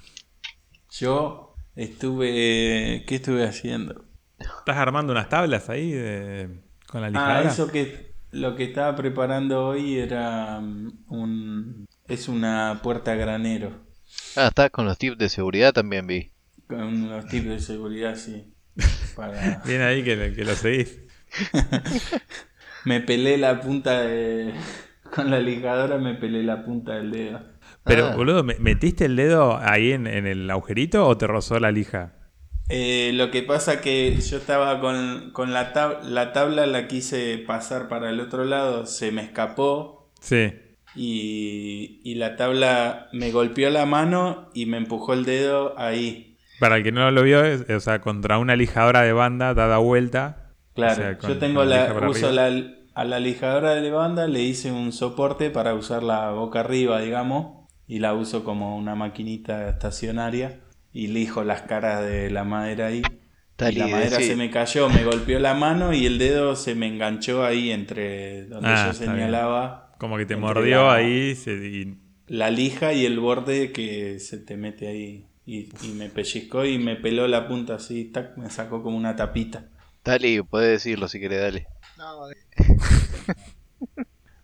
C: Yo estuve. ¿Qué estuve haciendo?
B: ¿Estás armando unas tablas ahí de- con la
C: Ah,
B: lijadora?
C: eso que lo que estaba preparando hoy era mm, un es una puerta granero
A: Ah, estás con los tips de seguridad también, vi.
C: con los tipos de seguridad sí. Para-
B: Bien ahí que, que lo seguís.
C: Me pelé la punta de con la lijadora me pelé la punta del dedo.
B: Pero,
A: Ah.
B: boludo, ¿me- ¿metiste el dedo ahí en, en el agujerito o te rozó la lija?
C: Eh, lo que pasa que yo estaba con, con la, tab- la tabla, la quise pasar para el otro lado, se me escapó
B: Sí.
C: y, y la tabla me golpeó la mano y me empujó el dedo ahí.
B: Para el que no lo vio, es- o sea, contra una lijadora de banda dada vuelta.
C: Claro,
B: o sea, con-
C: yo tengo
B: con
C: la,
B: lija para
C: uso
B: arriba.
C: la, a la lijadora de banda, le hice un soporte para usar la boca arriba, digamos, y la uso como una maquinita estacionaria y lijo las caras de la madera ahí.
A: Tal
C: y la
A: y
C: madera
A: decí-
C: se me cayó, me golpeó la mano y el dedo se me enganchó ahí entre donde
B: Ah,
C: yo
B: está bien.
C: señalaba
B: Como que te
C: entre
B: mordió
C: la-
B: ahí se- y
C: la lija y el borde que se te mete ahí. Y, y me pellizcó y me peló la punta así, tac, me sacó como una tapita.
A: Tali, podés decirlo si querés, dale.
D: No, eh.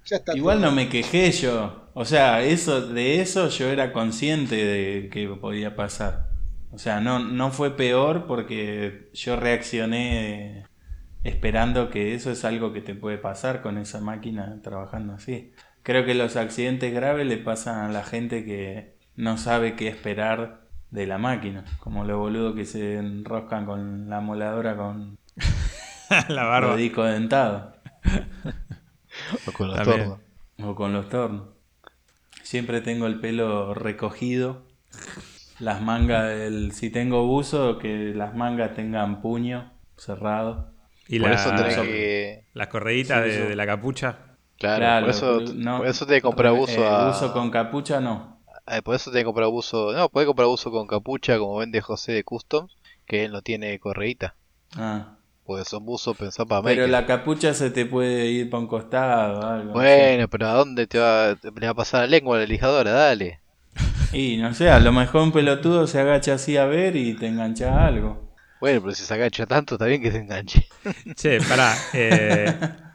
D: ya está.
C: Igual no me quejé yo. O sea, eso, de eso yo era consciente de que podía pasar. O sea, no, no fue peor porque yo reaccioné eh, esperando que eso es algo que te puede pasar con esa máquina trabajando así. Creo que los accidentes graves le pasan a la gente que no sabe qué esperar de la máquina. Como los boludos que se enroscan con la moladora con
B: la
C: los
B: barba.
C: discos dentados.
A: O con los
B: También.
A: tornos.
C: O con los tornos. Siempre tengo el pelo recogido. Las mangas del. Si tengo buzo, que las mangas tengan puño cerrado.
B: Y
A: por
B: la-
A: eso tenés que.
B: las correitas
C: Sí,
B: de,
C: sí.
B: de la capucha.
A: Claro, por eso,
C: no.
A: por eso te comprar
C: Re-
A: buzo
C: eh,
A: a.
C: buzo con capucha no.
A: eh, por eso te comprar buzo. No, podés comprar buzo con capucha, como vende José de Customs, que él no tiene correíta.
C: Ah.
A: Porque son buzos pensados para
C: Pero
A: maker.
C: la capucha se te puede ir para un costado o algo.
A: Bueno, pero ¿a dónde te va, te- le va a pasar la lengua a la lijadora? Dale.
C: Y no sé, a lo mejor un pelotudo se agacha así a ver y te engancha a algo.
A: Bueno, pero si se agacha tanto, está bien que se enganche.
B: Che, pará. eh,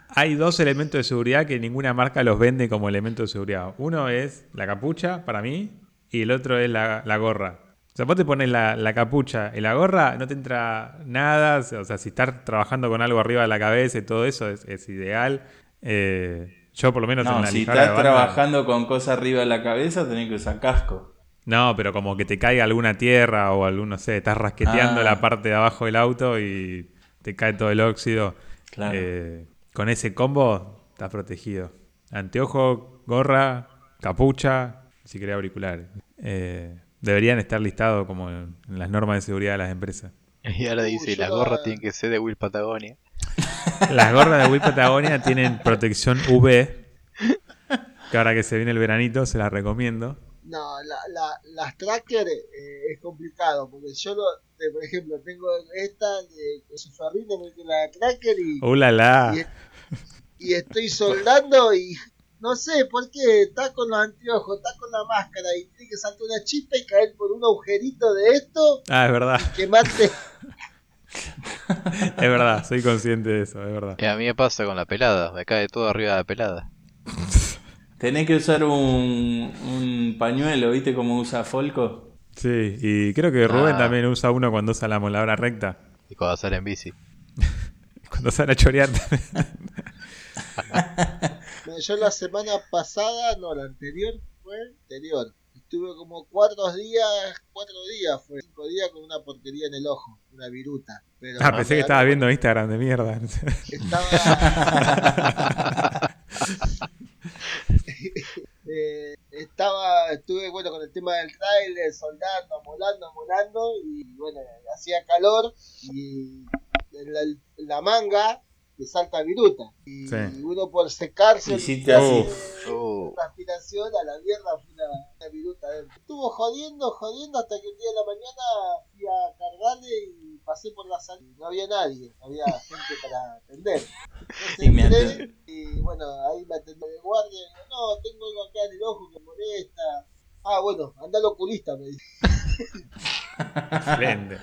B: hay dos elementos de seguridad que ninguna marca los vende como elemento de seguridad. Uno es la capucha, para mí, y el otro es la, la gorra. O sea, vos te pones la, la capucha y la gorra, no te entra nada. O sea, si estás trabajando con algo arriba de la cabeza y todo eso, es, es ideal. Eh, yo, por lo menos, en
C: No,
B: la
C: si
B: lijadora de
C: estás
B: banda-
C: trabajando con cosas arriba de la cabeza, tenés que usar casco.
B: No, pero como que te caiga alguna tierra o algún, no sé, estás rasqueteando
C: Ah.
B: la parte de abajo del auto y te cae todo el óxido.
C: Claro.
B: Eh, con ese combo estás protegido. Anteojo, gorra, capucha, si querés auricular. Eh, deberían estar listados como en las normas de seguridad de las empresas.
A: Y ahora
D: Uy,
A: dice,
D: yo
A: la
D: la-
A: gorra tiene que ser de Will Patagonia.
B: Las gorras de Will Patagonia tienen protección UV. Que ahora que se viene el veranito se las recomiendo.
D: No, la, la- las tracker eh, es complicado, porque yo, lo, eh, por ejemplo, tengo esta de que su farrito, porque la tracker y,
B: ¡Uh, la, la!
D: y, y estoy soldando y no sé por qué, está con los anteojos, está con la máscara y tiene que saltar una chispa y caer por un agujerito de esto,
B: Ah, es verdad,
D: que mate.
B: es verdad, soy consciente de eso, es verdad.
A: Y Eh, a mí me pasa con la pelada, me cae todo arriba de la pelada.
C: Tenés que usar un, un pañuelo, ¿viste cómo usa Folco?
B: Sí, y creo que Rubén
A: Ah.
B: también usa uno cuando usa la moladora recta.
A: Y cuando sale en bici.
B: Cuando sale a chorear también.
D: No, yo la semana pasada, no, la anterior fue anterior. Estuve como cuatro días, cuatro días, fue cinco días con una porquería en el ojo, una viruta. Pero
B: Ah, pensé que estaba viendo Instagram de mierda.
D: Estaba. Eh, estaba, estuve bueno con el tema del trailer, soldando, molando, molando, y bueno, hacía calor y en la, en la manga te salta viruta. Y,
B: Sí.
D: uno por secarse,
C: Hiciste así.
B: Uf.
A: Uh,
D: transpiración a la mierda fue una, una viruta adentro. Estuvo jodiendo, jodiendo hasta que un día de la mañana fui a cargarle y pasé por la salida. No había nadie, no había gente para atender. Entonces
C: Y me
D: entré
C: atend-
D: y bueno, ahí me atendió el guardia y digo, no, tengo algo acá en el ojo que me molesta. Ah, bueno, anda al oculista, me dice.
B: Excelente.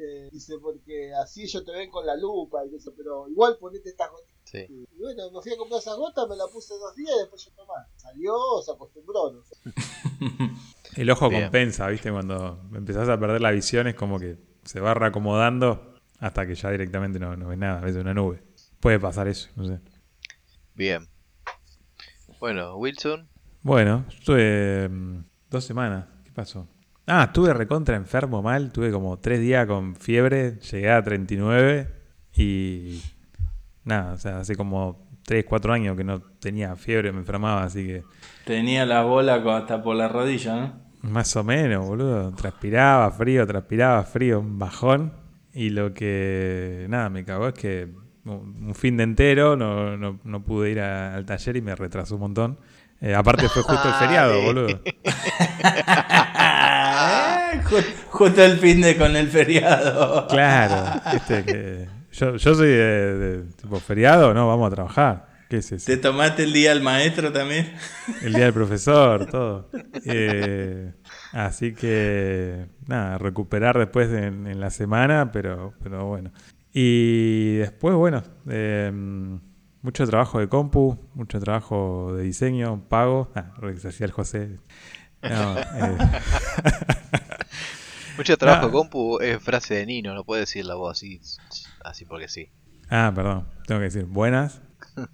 D: Eh, dice, porque así ellos te ven con la lupa y eso, pero igual ponete estas gotitas.
A: sí.
D: Y bueno, me fui a comprar esas gotas, me la puse dos días y después yo tomaba. Salió, se acostumbró, no sé.
B: El ojo
A: Bien.
B: compensa, ¿viste? Cuando empezás a perder la visión es como que se va reacomodando hasta que ya directamente no, no ves nada, ves una nube. Puede pasar eso, no sé.
A: Bien. Bueno, Wilson.
B: Bueno, yo estuve mm, dos semanas. ¿Qué pasó? Ah, estuve recontra enfermo mal. Tuve como tres días con fiebre. Llegué a 39 y... Nada, o sea, hace como tres, cuatro años que no tenía fiebre, me enfermaba, así que...
C: Tenía la bola co- hasta por la rodilla, ¿no?
B: Más o menos, boludo. Transpiraba frío, transpiraba frío, un bajón. Y lo que, nada, me cagó es que un un fin de entero no, no- no pude ir a- al taller y me retrasó un montón. Eh, aparte fue justo el feriado,
A: Dale.
B: boludo.
C: Ah, ju- justo el fin de con el feriado.
B: Claro. viste que yo, yo soy de, de tipo feriado, no, vamos a trabajar. ¿Qué es eso?
C: ¿Te tomaste el día al maestro también?
B: El día del profesor, todo. Eh, así que, nada, recuperar después en, en la semana, pero, pero bueno. Y después, bueno, eh, mucho trabajo de compu, mucho trabajo de diseño, pago. Ah, lo que se hacía el José. No, eh,
A: Mucho trabajo
B: Ah.
A: compu es frase de Nino, no puedes decirla vos así, así porque sí.
B: ah, perdón, tengo que decir, buenas,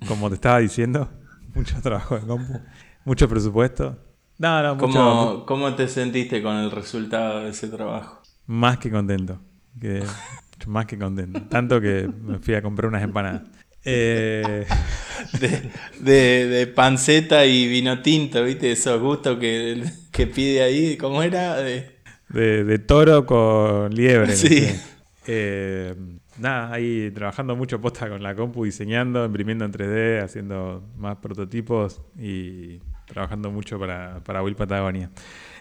B: como te estaba diciendo, mucho trabajo de compu, mucho presupuesto. No, no, mucho,
C: ¿Cómo, ¿Cómo te sentiste con el resultado de ese trabajo?
B: Más que contento. Que, más que contento. Tanto que me fui a comprar unas empanadas. Eh,
C: De, de- de panceta y vino tinto, ¿viste? Esos gustos que, que pide ahí, ¿cómo era? De-
B: de, de toro con liebre. no
C: Sí.
B: sé. Eh, nada, ahí trabajando mucho posta con la compu, diseñando, imprimiendo en 3D, haciendo más prototipos y trabajando mucho para, para Will Patagonia.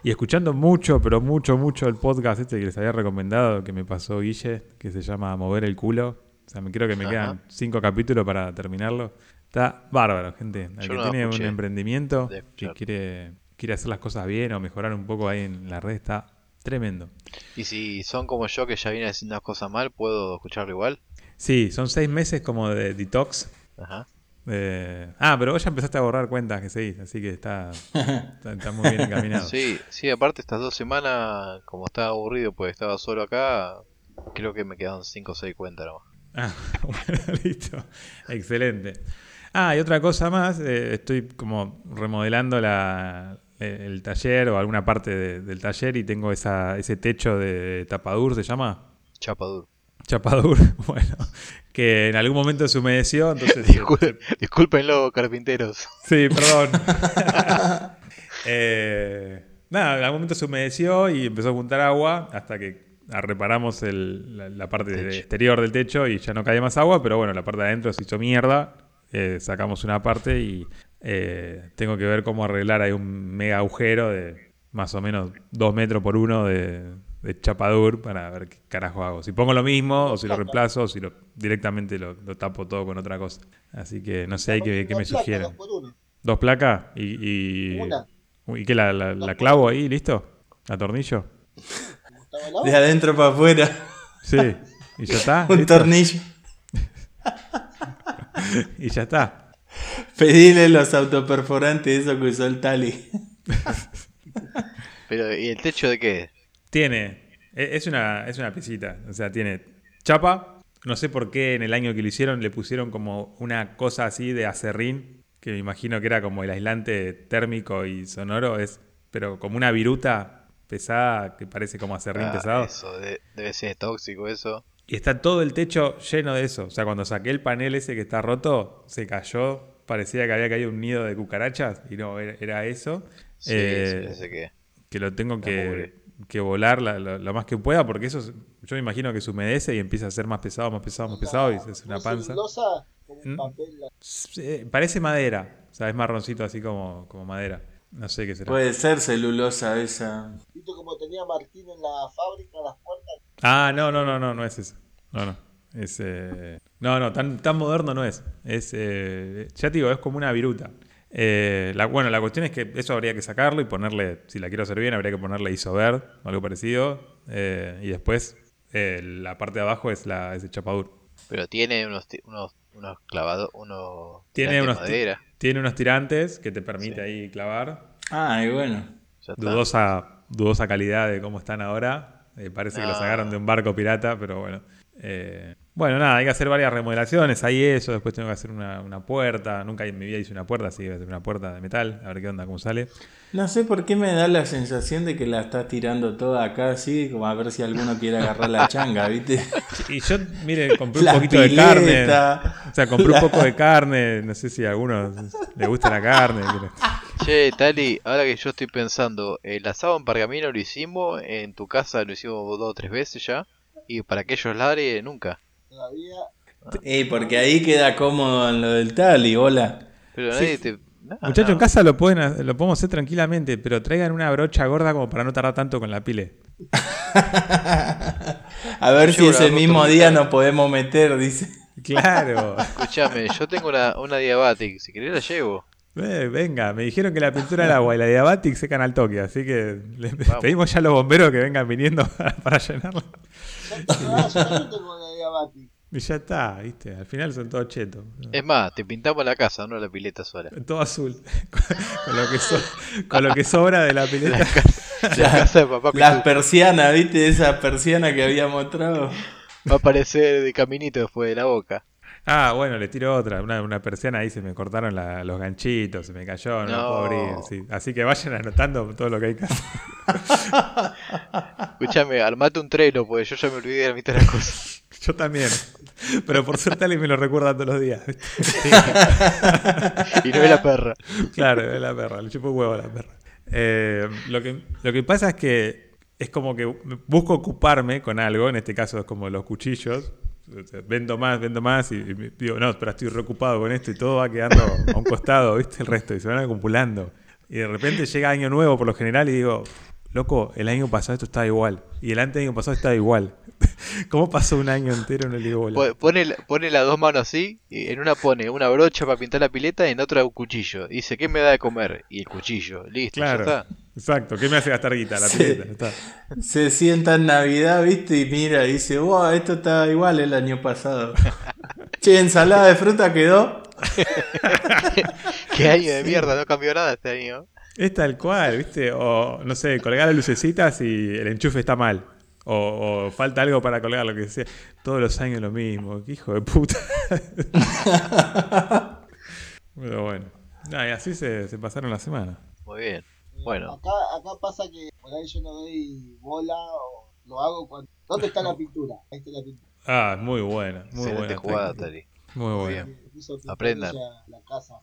B: Y escuchando mucho, pero mucho, mucho el podcast este que les había recomendado, que me pasó Guille, que se llama Mover el culo. O sea, me creo que me
A: Ajá.
B: quedan cinco capítulos para terminarlo. Está bárbaro, gente. Al
A: Yo
B: que
A: no lo
B: tiene un
A: escuché.
B: emprendimiento
A: De-
B: que
A: claro.
B: quiere, quiere hacer las cosas bien o mejorar un poco ahí en la red, está tremendo.
A: Y si son como yo que ya vienen haciendo las cosas mal, ¿puedo escucharlo igual?
B: Sí, son seis meses como de detox.
A: Ajá.
B: eh, ah, pero vos ya empezaste a borrar cuentas que seguís, así que está, está, está muy bien encaminado.
A: Sí, sí, aparte estas dos semanas, como estaba aburrido porque estaba solo acá, creo que me quedaron 5 o 6 cuentas nomás.
B: Ah, bueno, listo. Excelente. Ah, y otra cosa más, eh, estoy como remodelando la, eh, el taller o alguna parte de- del taller y tengo esa, ese techo de tapadur, ¿se llama?
A: Chapa duro.
B: Chapadur, bueno, que en algún momento se humedeció, entonces...
A: Discul- Disculpenlo, carpinteros.
B: Sí, perdón. Eh, nada, en algún momento se humedeció y empezó a juntar agua hasta que ah, reparamos el- la, la parte de-
A: Techo.
B: exterior del techo y ya no cae más agua, pero bueno, la parte de adentro se hizo mierda. Eh, sacamos una parte y eh, tengo que ver cómo arreglar. Hay un mega agujero de más o menos dos metros por uno de, de chapadur para ver qué carajo hago. Si pongo lo mismo o si lo reemplazo o si lo, directamente lo, lo tapo todo con otra cosa. Así que no sé, hay que ver qué me
D: Dos placas,
B: sugieren.
D: dos por uno.
B: ¿Dos placas? ¿Y, y,
D: Una.
B: ¿Y qué? ¿La, la, la clavo ahí? ¿Listo? ¿La tornillo?
D: Estaba la
C: De adentro para afuera.
B: Sí. ¿Y ya está?
C: Un
B: ¿Listo?
C: tornillo.
B: Y ya está.
C: Pedile los autoperforantes, eso que usó el Tali.
A: Pero, ¿y el techo de qué?
B: Tiene. e- Es una, es una piscita. O sea, tiene chapa. No sé por qué en el año que lo hicieron le pusieron como una cosa así de acerrín, que me imagino que era como el aislante térmico y sonoro, es pero como una viruta pesada que parece como acerrín
A: Ah,
B: pesado.
A: Eso, de- debe ser tóxico eso.
B: Y está todo el techo lleno de eso. O sea, cuando saqué el panel ese que está roto, se cayó. Parecía que había caído un nido de cucarachas. Y no, era, era eso.
A: Sí,
B: Eh,
A: sí, ese que.
B: Que lo tengo que,
A: mugre.
B: que volar la- la- lo más que pueda, porque eso, es- yo me imagino que se humedece y empieza a ser más pesado, más pesado, más pesado. Y es una
D: ¿Una
B: panza.
D: celulosa con un
B: ¿Mm?
D: papel, la-
B: Eh, parece madera. O sea, es marroncito así como, como madera. No sé qué será.
C: Puede ser celulosa esa.
D: ¿Viste como tenía Martín en la fábrica las puertas?
B: Ah, no, no, no, no, no es eso. No, no. Es, eh, no, no, tan, tan moderno no es. Es, eh, ya te digo, es como una viruta. Eh, la- bueno, la cuestión es que eso habría que sacarlo y ponerle, si la quiero hacer bien, habría que ponerle isover o algo parecido. Eh, y después eh, la parte de abajo es, la, es el chapadur.
A: Pero tiene unos, ti- unos, unos clavados, unos.
B: Tiene
A: tirantes
B: unos,
A: de
B: ti-
A: madera.
B: tiene unos tirantes que te permite
A: Sí.
B: ahí clavar.
C: Ah, y bueno.
A: Ya está.
B: Dudosa, dudosa calidad de cómo están ahora. Eh, parece que lo
A: No.
B: sacaron de un barco pirata, pero bueno. Eh, bueno, nada, hay que hacer varias remodelaciones. Ahí eso, después tengo que hacer una, una puerta. Nunca en mi vida hice una puerta, así que voy a hacer una puerta de metal. A ver qué onda, cómo sale.
C: No sé por qué me da la sensación de que la estás tirando toda acá así, como a ver si alguno quiere agarrar la changa, ¿viste?
B: Y yo, mire, compré un
C: La
B: poquito de
C: pileta.
B: carne. O sea, compré un poco de carne. No sé si a alguno le gusta la carne. pero-
A: Che, Tali, ahora que yo estoy pensando, el asado en pergamino lo hicimos, en tu casa lo hicimos dos o tres veces ya, y para aquellos lares nunca.
D: Todavía
C: Eh, porque ahí queda cómodo en lo del Tali, hola.
A: Pero nadie te. nah,
B: Muchachos,
A: no.
B: en casa lo, pueden, ha- lo podemos hacer tranquilamente, pero traigan una brocha gorda como para no tardar tanto con la pile.
C: A ver si
A: Yo
C: ese
A: la
C: mismo
A: roto
C: día
A: nunca.
C: nos podemos meter, dice.
B: Claro.
A: Escuchame, yo tengo una, una diabatic, si querés la llevo.
B: Eh, venga, me dijeron que la pintura al agua y la diabatic secan al toque, así que le
A: Vamos.
B: pedimos ya a los bomberos que vengan viniendo para, para llenarla.
D: ya está, ah, yo también tengo una diabatic.
B: Y ya está, ¿viste? Al final son todos chetos.
A: Es más, te pintamos la casa, no la pileta sola.
B: Todo azul. con, con lo que so- con lo que sobra de la pileta.
A: La casa de papá
C: Las
A: Pitú.
C: persianas, ¿viste? Esa persiana que había mostrado.
A: va a aparecer de caminito después de la boca.
B: Ah, bueno, le tiro otra. Una, una persiana ahí se me cortaron la- los ganchitos, se me cayó, no, la
A: No.
B: puedo abrir. sí. Así que vayan anotando todo lo que hay que hacer.
A: Escuchame, armate un trelo, porque yo ya me olvidé de la mitad de las cosas.
B: Yo también. Pero por suerte alguien me lo recuerda todos los días. ¿viste?
A: Y no es la perra.
B: Claro, es la perra, le chupo huevo a la perra. Eh, lo, que, lo que pasa es que es como que busco ocuparme con algo, en este caso es como los cuchillos. O sea, Vendo más, vendo más y, y me- digo, no, pero estoy reocupado con esto y todo va quedando a un costado, ¿viste? El resto y se van acumulando. Y de repente llega año nuevo por lo general y digo, loco, el año pasado esto estaba igual y el ante año pasado estaba igual. ¿Cómo pasó un año entero en el digo bola?
A: Po- Pone, la- pone las dos manos así, y en una pone una brocha para pintar la pileta y en otra un cuchillo. Dice, ¿qué me da de comer? Y el cuchillo, listo, ya
B: Claro,
A: está.
B: exacto. ¿Qué me hace gastar guita? La
C: Sí.
B: pileta, está.
C: Se sienta en Navidad, viste, y mira, y dice, wow, esto está igual el año pasado. che, ensalada de fruta quedó.
A: Qué año de mierda, no cambió nada este año.
B: Es tal cual, ¿viste? O, no sé, colgar las lucecitas y el enchufe está mal. O, o falta algo para colgar, lo que sea. Todos los años lo mismo. Qué hijo de puta. Pero bueno. Ah, y así se, se pasaron las semanas.
A: Muy bien. Bueno,
D: Acá, acá pasa que por ahí yo no doy bola o lo hago cuando... ¿Dónde está la pintura? Ahí está la pintura.
B: Ah, muy buena. Muy
A: excelente
B: buena.
A: jugada,
B: táctica.
A: Tari.
B: Muy buena.
A: bien.
D: Puso pintura
A: Aprendan.
D: ella en La casa.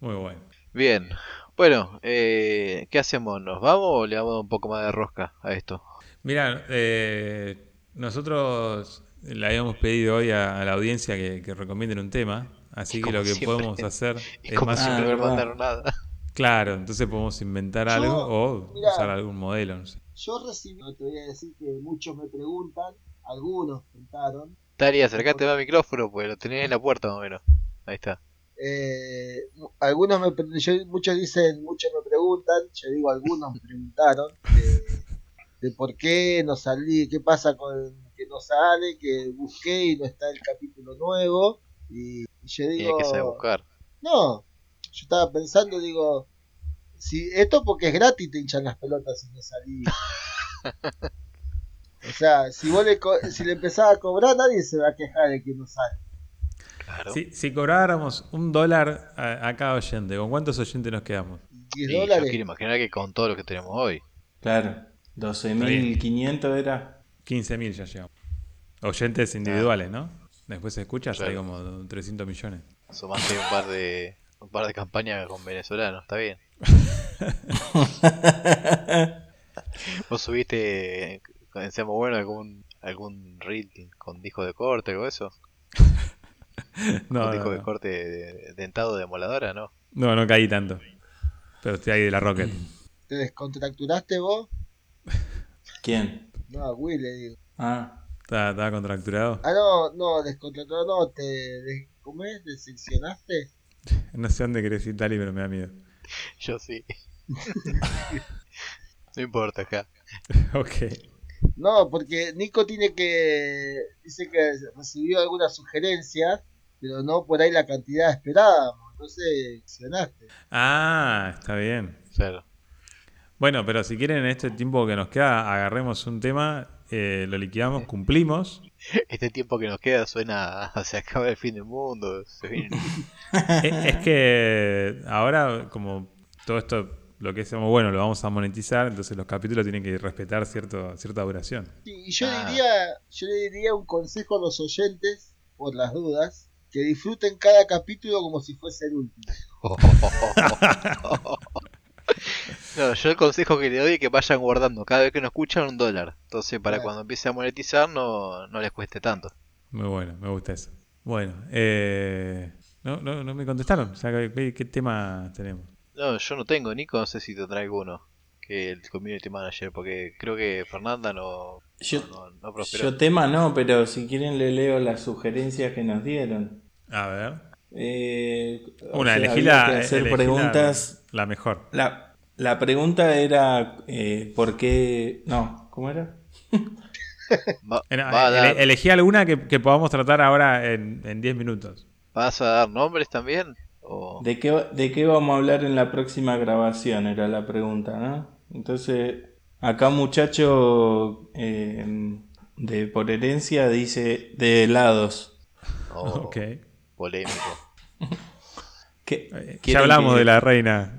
B: Muy buena.
A: Bien. Bueno, eh, ¿qué hacemos? ¿Nos vamos o le damos un poco más de rosca a esto?
B: Mira, eh, nosotros le habíamos pedido hoy a, a la audiencia que, que recomienden un tema. Así
A: Y
B: que
A: como
B: lo que
A: siempre.
B: podemos hacer
A: Y
B: es
A: como
B: más
A: siempre
C: Ah,
A: no
C: verdad.
A: mandaron nada.
B: Claro, entonces podemos inventar
D: Yo-
B: algo o
D: mirá.
B: usar algún modelo. no sé.
D: Yo recibí, no te voy a decir que muchos me preguntan, algunos preguntaron,
A: Tari, acercate más al micrófono, pues lo tenés en la puerta más o menos. Ahí está.
D: eh, mu- algunos me, pre- yo- muchos dicen, muchos me preguntan, yo digo algunos me preguntaron de, de por qué no salí, qué pasa con que no sale, que busqué y no está el capítulo nuevo y, y yo
A: Tiene que saber
D: digo,
A: buscar.
D: no, yo estaba pensando, digo, si esto porque es gratis te hinchan las pelotas si no salí. O sea, si vos le, co- si le empezás a cobrar, nadie se va a quejar de que no sale.
A: Claro.
B: Si, si cobráramos un dólar a, a cada oyente, ¿con cuántos oyentes nos quedamos?
D: 10
A: Y yo
D: dólares.
A: quiero imaginar que con todo lo que tenemos hoy.
C: Claro, 12.500 era.
B: 15.000 ya llegamos. Oyentes individuales, ¿no? Después se escucha, hay
A: Claro.
B: como 300 millones.
A: Sumaste un par de un par de campañas con venezolanos, está bien. Vos subiste eh, en Seamos Bueno algún algún reel con disco de corte o eso,
B: No,
A: con disco
B: no,
A: de
B: no.
A: corte de- dentado de moladora, ¿no?
B: No, no caí tanto. Pero estoy ahí de la Rocket.
D: ¿Te descontracturaste vos?
C: ¿Quién?
D: No, a Will le digo.
C: Ah,
B: Estaba, estaba contracturado.
D: Ah, no, no, descontracturado, no, te des- ¿cómo es? ¿Deseccionaste?
B: No sé dónde querés ir, Tali, pero me da miedo.
A: Yo sí. no importa acá.
B: ok.
D: No, porque Nico tiene que. Dice que recibió algunas sugerencias, pero no por ahí la cantidad esperada. Entonces, accionaste.
B: Ah, está bien.
A: Claro.
B: Bueno, pero si quieren en este tiempo que nos queda, agarremos un tema, eh, lo liquidamos, cumplimos.
A: Este tiempo que nos queda suena a- se acaba el fin del mundo, se viene-
B: Eh, es que ahora, como todo esto, lo que es muy bueno, lo vamos a monetizar, entonces los capítulos tienen que respetar cierto, cierta duración.
D: Sí, y yo
A: Ah.
D: diría, yo le diría un consejo a los oyentes, por las dudas, que disfruten cada capítulo como si fuese el último.
A: No, yo el consejo que le doy es que vayan guardando cada vez que nos escuchan un dólar. Entonces, para
D: Claro.
A: cuando empiece a monetizar, no, no les cueste tanto.
B: Muy bueno, me gusta eso. Bueno, eh, no, no, no me contestaron. O sea, ¿qué, qué tema tenemos?
A: No, yo no tengo, Nico, no sé si te traigo uno. Que el community manager, porque creo que Fernanda no,
C: yo,
A: no, no prosperó.
C: yo tema no, pero si quieren le leo las sugerencias que nos dieron.
B: A ver.
C: Eh, o
B: Una,
C: sea,
B: elegí
C: había
B: la,
C: que hacer
B: elegí la-
C: preguntas.
B: La, mejor.
C: La, la pregunta era eh, ¿por qué? No, ¿cómo era?
A: Va-
B: Era- eh,
A: va a dar-
B: ele- elegí alguna que, que podamos tratar ahora en en 10 minutos.
A: ¿Vas a dar nombres también? O...
C: ¿De qué, ¿De qué vamos a hablar en la próxima grabación? Era la pregunta, ¿no? Entonces, acá un muchacho eh, de por herencia dice de helados. Oh.
A: o
B: Ok. Eh,
A: Polémico.
C: ¿Qué-
B: Ya
C: quieren
B: hablamos
C: que-
B: de la reina.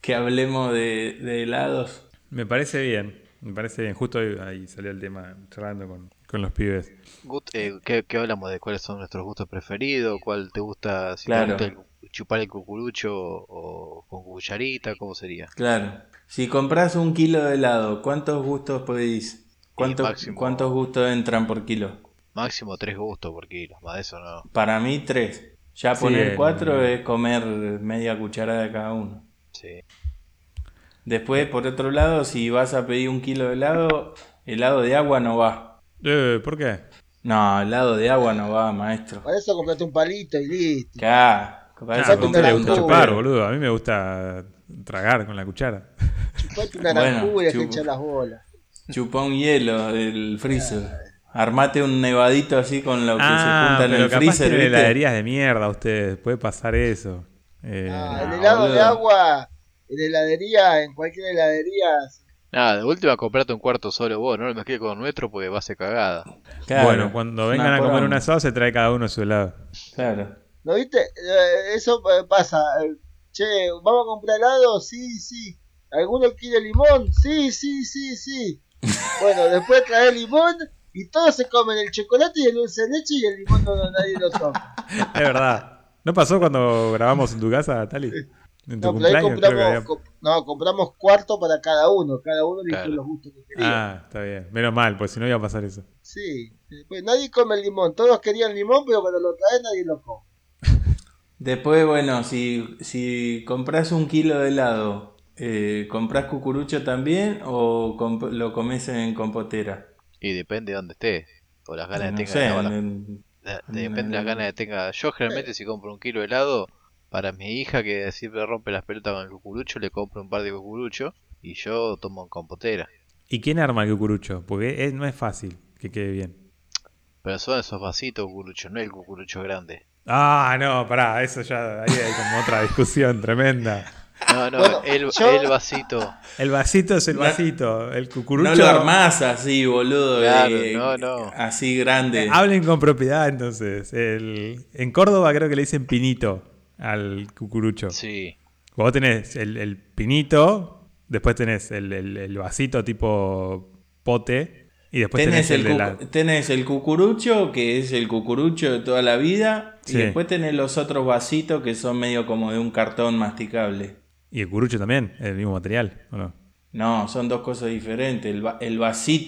C: Que hablemos de, de helados.
B: Me parece bien. Me parece bien. Justo ahí- ahí salió el tema charlando con, con los pibes.
A: Gut- eh, ¿qué, qué hablamos de cuáles son nuestros gustos preferidos? ¿Cuál te gusta? Si
C: Claro.
A: te gusta el chupar el cucurucho o, o con cucharita, ¿cómo sería?
C: Claro. Si compras un kilo de helado, ¿cuántos gustos pedís? ¿Cuántos,
A: máximo.
C: ¿Cuántos gustos entran por kilo?
A: Máximo tres gustos por kilo, más de eso no.
C: Para mí, tres. Ya
B: Sí,
C: poner
B: el-
C: cuatro es comer media cucharada de cada uno.
A: Sí.
C: Después, por otro lado, si vas a pedir un kilo de helado, helado de agua no va.
B: Eh, ¿Por qué?
C: No, helado de agua no va, maestro.
D: Para eso compraste un palito y listo.
C: Claro,
B: Ah,
C: parece
B: ¿a
D: Sacate
B: vos
D: un
B: te
C: comprar un
B: gusta
D: naranja.
B: chupar,
C: tupper.
B: boludo. A mí me gusta tragar con la cuchara.
D: Chupate una
C: Bueno,
D: naranjura y te
C: chupo.
D: echas las bolas.
C: Chupá un hielo del freezer. Armate un nevadito así con lo que
B: Ah,
C: se junta en
B: pero
C: el
B: capaz
C: freezer.
B: tienen
C: ¿viste?
B: heladerías de mierda ustedes. Puede pasar eso. Eh,
D: Ah,
C: no,
D: el helado de
C: boludo.
D: agua, en heladería, en cualquier heladería.
A: Nada, de última comprate un cuarto solo vos, no lo mezcles con nuestro porque va a ser cagada.
C: Claro,
B: bueno, cuando
C: es
B: vengan a comer un
C: poronga.
B: asado se trae cada uno su helado.
C: Claro.
D: ¿No viste? Eh, Eso eh, pasa. eh, Che, ¿vamos a comprar helado? Sí, sí. ¿Alguno quiere limón? Sí, sí, sí, sí. Bueno, después trae limón y todos se comen el chocolate y el dulce de leche y el limón no, no- nadie lo toma.
B: Es verdad. ¿No pasó cuando grabamos en tu casa, Tali? En tu
D: No, pero ahí
B: cumpleaños creo que
D: compramos,
B: había...
D: co- no, compramos cuarto para cada uno. Cada uno eligió
A: Claro.
D: los gustos que quería.
B: Ah, está bien. Menos mal, pues si no iba a pasar eso.
D: Sí. Después nadie come el limón. Todos querían limón, pero cuando lo traen nadie lo come.
C: Después, bueno, si, si compras un kilo de helado, eh, ¿compras cucurucho también o comp- lo comes en compotera?
A: Y depende de dónde estés. O las ganas
C: No
A: que tengas
C: sé,
A: de ahora.
C: en-
A: Da-
C: Mm,
A: depende de las
C: no.
A: ganas que tenga. Yo generalmente si compro un kilo de helado, para mi hija que siempre rompe las pelotas con el cucurucho, le compro un par de cucuruchos y yo tomo en compotera.
B: ¿Y quién arma el cucurucho? Porque es- no es fácil que quede bien.
A: Pero son esos vasitos cucuruchos, no el cucurucho grande.
B: Ah, no, pará, eso ya ahí hay como otra discusión tremenda.
A: No, no,
D: Bueno,
A: el,
D: yo-
A: el vasito.
B: El vasito es el
C: No-
B: vasito, el cucurucho.
C: No lo armás así, boludo.
A: Claro,
C: de-
A: no, no.
C: Así grande.
B: Hablen con propiedad entonces. El- en Córdoba creo que le dicen pinito al cucurucho.
A: Sí,
B: Vos tenés el, el pinito, después tenés el, el- el vasito tipo pote y después pues tenés,
C: tenés, el
B: el, de
C: cucu-
B: la...
C: tenés el cucurucho, que es el cucurucho de toda la vida.
B: Sí.
C: Y después tenés los otros vasitos que son medio como de un cartón masticable.
B: Y el cucurucho también, el mismo material, ¿o no?
C: No, son dos cosas diferentes. El, va- el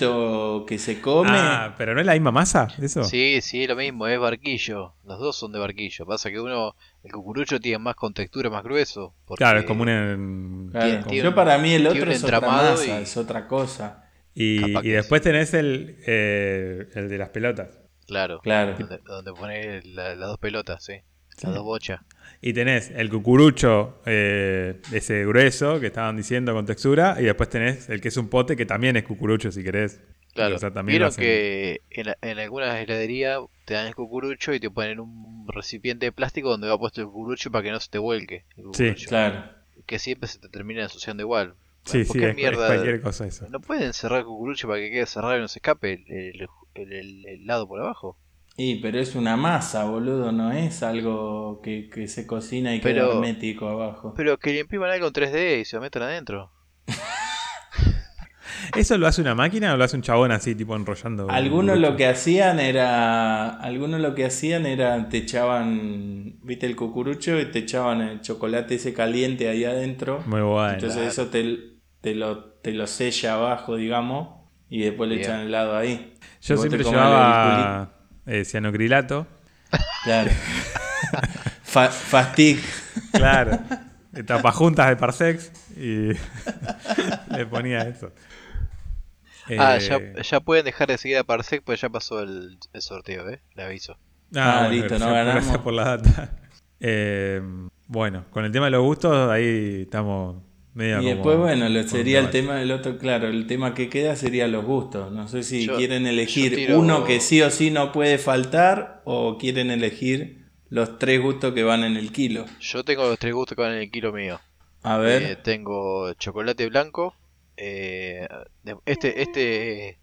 C: vasito que se come.
B: Ah, pero no es la misma masa, eso.
A: sí, sí, lo mismo, es barquillo. Los dos son de barquillo. Pasa que uno, el cucurucho tiene más con textura, más grueso. porque-
B: Claro, es como un...
C: Claro,
A: tiene- tiene
C: Yo
A: un-
C: para mí el
A: tiene
C: otro
A: un
C: es otra
A: entramado
C: masa,
A: y-
C: es otra cosa.
B: Y,
A: Capaz
B: y
A: que
B: después tenés el, eh, el de las pelotas.
A: Claro,
C: Claro.
A: Donde, donde pones la- las dos pelotas, sí. Las dos bochas.
B: Y tenés el cucurucho, eh, ese grueso que estaban diciendo con textura, y después tenés el que es un pote, que también es cucurucho si querés.
A: Claro,
B: O sea, también lo
A: vieron
B: hacen.
A: que en, en algunas heladerías te dan el cucurucho y te ponen un recipiente de plástico donde va puesto el cucurucho para que no se te vuelque el cucurucho.
C: Claro.
A: Que siempre se te termina ensuciando igual.
B: Sí,
A: ¿Por
B: sí,
A: qué
B: es, es
A: mierda?
B: cualquier cosa eso.
A: ¿No pueden cerrar el cucurucho para que quede cerrado y no se escape el, el- el- el- el lado por abajo?
C: Y pero es una masa, boludo, no es algo que, que se cocina y
A: Pero-
C: queda hermético abajo.
A: Pero que le impriman algo en 3D y se lo metan adentro.
B: ¿Eso lo hace una máquina o lo hace un chabón así, tipo enrollando?
C: Algunos lo
B: cucurucho?
C: que hacían era. Algunos lo que hacían era. Te echaban. Viste el cucurucho y te echaban el chocolate ese caliente ahí adentro.
B: Muy bueno.
C: Entonces eso te, te lo, te lo sella abajo, digamos. Y después le
A: Bien.
C: echan helado ahí. Y
B: Yo
C: vos te
B: siempre
C: comes el
B: llevaba eh, cianocrilato.
C: culito. Claro. Fa- Fastic.
B: Claro. Eh, Tapajuntas de Parsex y le ponía eso.
A: Ah,
B: Eh,
A: ya, ya pueden dejar de seguir a Parsec pues ya pasó el, el sorteo, ¿eh? Le aviso.
B: Ah,
C: Ah,
B: bueno,
C: listo, no
B: gracias-
C: ganamos.
B: Gracias por la data. Eh, bueno, con el tema de los gustos, ahí estamos medio.
C: Y
B: como-
C: después, bueno, lo-
B: con
C: sería el
B: debate.
C: tema del otro, claro, el tema que queda sería los gustos. No sé si
A: Yo-
C: quieren elegir
A: yo tiro-
C: uno que sí o sí no puede faltar o quieren elegir los tres gustos que van en el kilo.
A: Yo tengo los tres gustos que van en el kilo mío.
C: A
A: Eh,
C: ver,
A: tengo chocolate blanco. eh, de- este, este,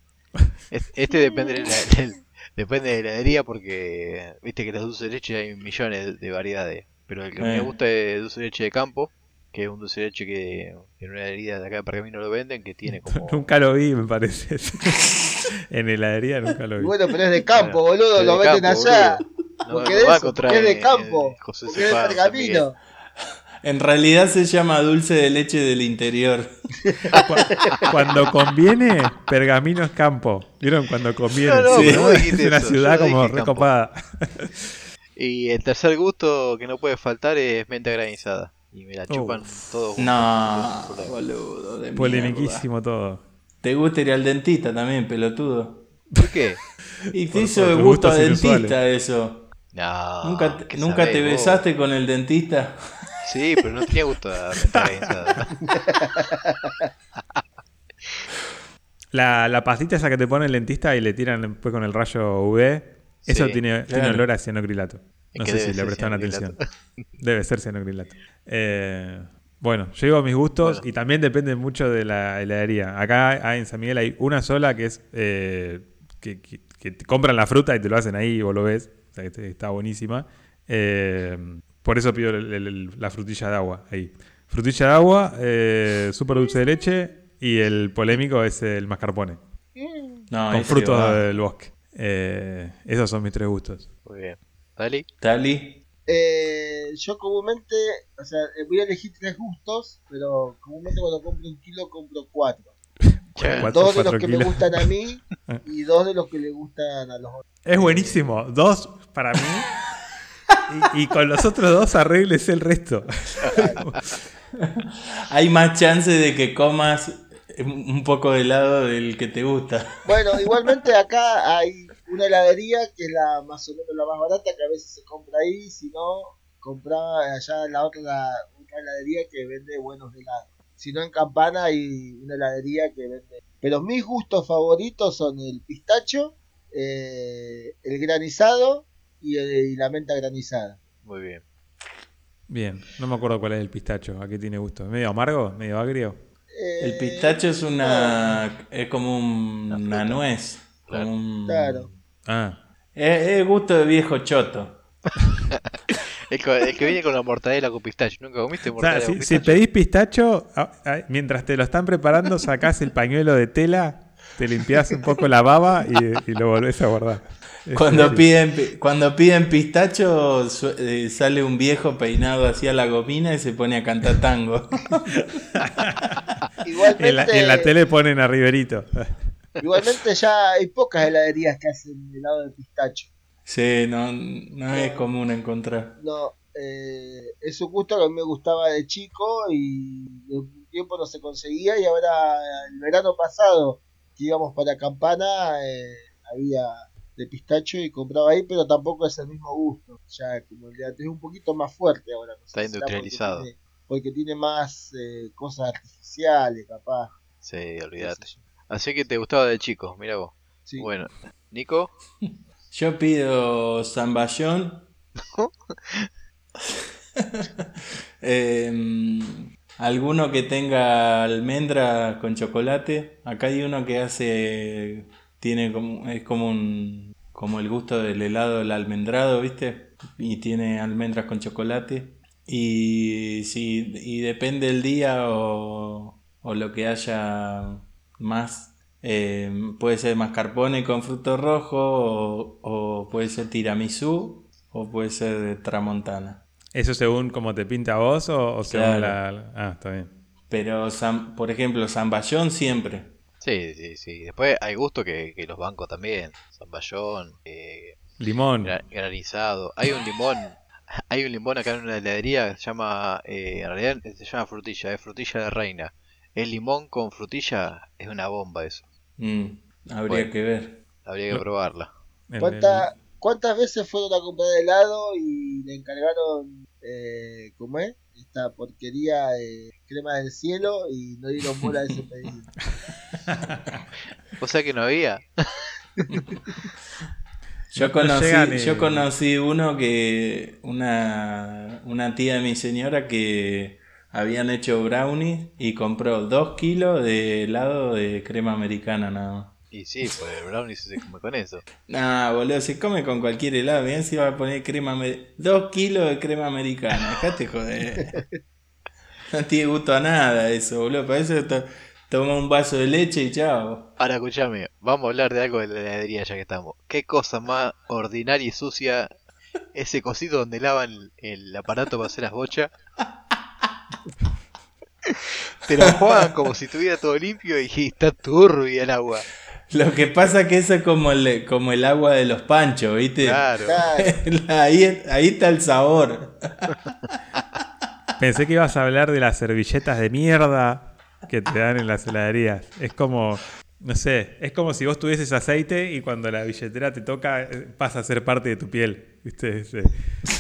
A: es- este depende de la, del- depende de la heladería porque viste que los dulces de leche hay millones de, de variedades. Pero el que me
C: Eh.
A: gusta es dulce de leche de campo, que es un dulce de leche que en una heladería de acá de Pergamino lo venden, que tiene como...
B: Nunca lo vi, me parece. en heladería nunca lo
D: Y
B: vi.
D: bueno, pero es de campo, boludo,
A: Desde
D: lo meten
A: campo,
D: allá.
A: boludo.
D: Porque
A: lo
D: de
A: va
D: eso,
A: contra
D: porque es de
A: el- el
D: campo,
A: José
D: Porque es
A: Cepaz, San Miguel.
D: pergamino.
C: En realidad se llama dulce de leche del interior.
B: Cu- Cuando conviene, Pergamino es campo. ¿Vieron? Cuando conviene.
A: No, no,
C: pero
A: vos
B: es
A: dijiste
B: una
A: eso,
B: ciudad
A: yo no
B: como
A: dije campo.
B: recopada.
A: Y el tercer gusto que no puede faltar es menta granizada. Y me
C: Uh.
A: la chupan todos.
C: No, boludo. de mierda.
B: Polemiquísimo todo.
C: Te gusta ir al dentista también, pelotudo.
A: ¿Por qué?
C: Y te
B: Por-
C: hizo
B: por
C: de
B: tus
C: gusto a
B: gustos
C: dentista
B: inusuales.
C: eso.
A: No.
C: nunca te-
A: ¿qué
C: nunca te
A: Ah, sabés vos?
C: besaste con el dentista.
A: Sí, pero no tenía gusto a menta granizada.
B: La, la pastita esa que te pone el dentista y le tiran después con el rayo UV, eso
A: Sí,
B: tiene, tiene
C: claro.
B: olor a cianocrilato.
A: Es
B: No
A: que
B: sé
A: debe
B: si le
A: ser
B: prestaron atención.
A: cianocrilato.
B: Debe ser cianocrilato. Eh, bueno, yo digo mis gustos
A: Bueno.
B: y también depende mucho de la heladería. Acá hay- en San Miguel hay una sola que es eh, que, que- que te compran la fruta y te lo hacen ahí y vos lo ves. O sea, que te- está buenísima. Eh, por eso pido el- el- el- la frutilla de agua ahí. Frutilla de agua, eh, súper dulce de leche y el polémico es el mascarpone
A: Ah,
C: No,
B: con
C: ese
B: frutos
C: va.
B: del bosque. Eh, esos son mis tres gustos.
A: Muy bien. ¿Dali?
C: Tali.
D: Eh, yo comúnmente, o sea, eh, voy a elegir tres gustos, pero comúnmente cuando compro un kilo compro cuatro.
B: Cuatro,
D: dos de los
B: cuatro
D: que me
B: kilos. Ah.
D: gustan a mí y dos de los que le gustan a los otros.
B: Es buenísimo. Dos para mí. Y, y con los otros dos arregles el resto.
C: Hay más chance de que comas un un poco de helado del que te gusta.
D: Bueno, igualmente acá hay una heladería que es la más o menos la más barata, que a veces se compra ahí, si no, compraba allá en la otra, la, otra heladería que vende buenos helados. Si no, en Campana hay una heladería que vende. Pero mis gustos favoritos son el pistacho, eh, el granizado y, el- y la menta granizada.
A: Muy bien.
B: Bien, no me acuerdo cuál es el pistacho. ¿A qué tiene gusto? ¿Medio amargo? ¿Medio agrio?
D: Eh,
C: El pistacho es una. es como un- una nuez.
A: Claro.
C: como un-
D: Claro.
B: Ah,
C: Es, es gusto de viejo choto.
A: El que, el que viene con la mortadela con pistacho. ¿Nunca comiste
B: O sea,
A: mortadela
B: si,
A: con
B: si
A: pistacho?
B: pedís pistacho, a- a- mientras te lo están preparando, sacás el pañuelo de tela, te limpiás un poco la baba y, y lo volvés a guardar. Es
C: Cuando
B: así.
C: piden, pi- cuando piden pistacho, su- eh, sale un viejo peinado hacia la gomina y se pone a cantar tango.
D: Igualmente,
B: En la, en la tele ponen a Riverito.
D: igualmente ya hay pocas heladerías que hacen helado de pistacho.
C: sí, no, no es común encontrar.
D: No, eh, es un gusto que a mí me gustaba de chico y de un tiempo no se conseguía y ahora el verano pasado que íbamos para Campana eh, había de pistacho y compraba ahí, pero tampoco es el mismo gusto, ya como el de antes, es un poquito más fuerte ahora. no
A: Está
D: sé si será porque
A: industrializado.
D: tiene- Porque tiene, más eh, cosas artificiales, capaz.
A: Sí,
D: qué
A: olvidate.
D: sé yo.
A: Así que te gustaba de chico, mira vos.
D: Sí.
A: Bueno, Nico,
C: Yo pido zamballón. Eh, alguno que tenga almendra con chocolate. Acá hay uno que hace. Tiene como. Es como un. Como el gusto del helado, el almendrado, ¿viste? Y tiene almendras con chocolate. Y si. Y depende el día o. O lo que haya más. Eh, puede ser mascarpone con fruto rojo. O, o puede ser tiramisú. O puede ser de tramontana.
B: ¿Eso según cómo te pinta a vos o, o según
C: Claro.
B: la, la- Ah, está bien.
C: Pero, San- por ejemplo, Zamballón siempre.
A: sí, sí, sí. Después hay gusto que, que los bancos también. Zamballón, eh,
B: Limón.
A: gra- granizado. Hay un limón, hay un limón acá en una heladería que se llama, eh, en realidad se llama frutilla, es frutilla de reina. El limón con frutilla es una bomba eso.
C: Mm, habría
A: Bueno.
C: que ver.
A: Habría que probarla.
B: El-
D: ¿Cuánta- ¿Cuántas veces fueron a comprar helado y le encargaron, eh, ¿cómo es? Esta porquería de crema del cielo y no dieron bola a ese pedido.
A: O sea que no había.
C: Yo
B: No
C: conocí,
B: llegan, eh.
C: yo conocí uno que. Una, una tía de mi señora que habían hecho brownies y compró dos kilos de helado de crema americana nada más.
A: Y sí, pues el brownie se come con eso.
C: Nah, boludo, se come con cualquier helado. Bien, si va a poner crema. amer- Dos kilos de crema americana. Dejate joder. No tiene gusto a nada eso, boludo. Para eso to- toma un vaso de leche y chao.
A: Ahora escúchame, vamos a hablar de algo de la heladería ya que estamos. ¿Qué cosa más ordinaria y sucia ese cosito donde lavan el, el aparato para hacer las bochas. Te lo juegan como si estuviera todo limpio y está turbia el agua.
C: Lo que pasa que eso es como el, como el agua de los panchos, ¿viste?
A: Claro.
D: Claro.
C: ahí, ahí está el sabor.
B: Pensé que ibas a hablar de las servilletas de mierda que te dan en las heladerías. Es como, no sé, es como si vos tuvieses aceite y cuando la billetera te toca eh, pasa a ser parte de tu piel. ¿Viste? Ese-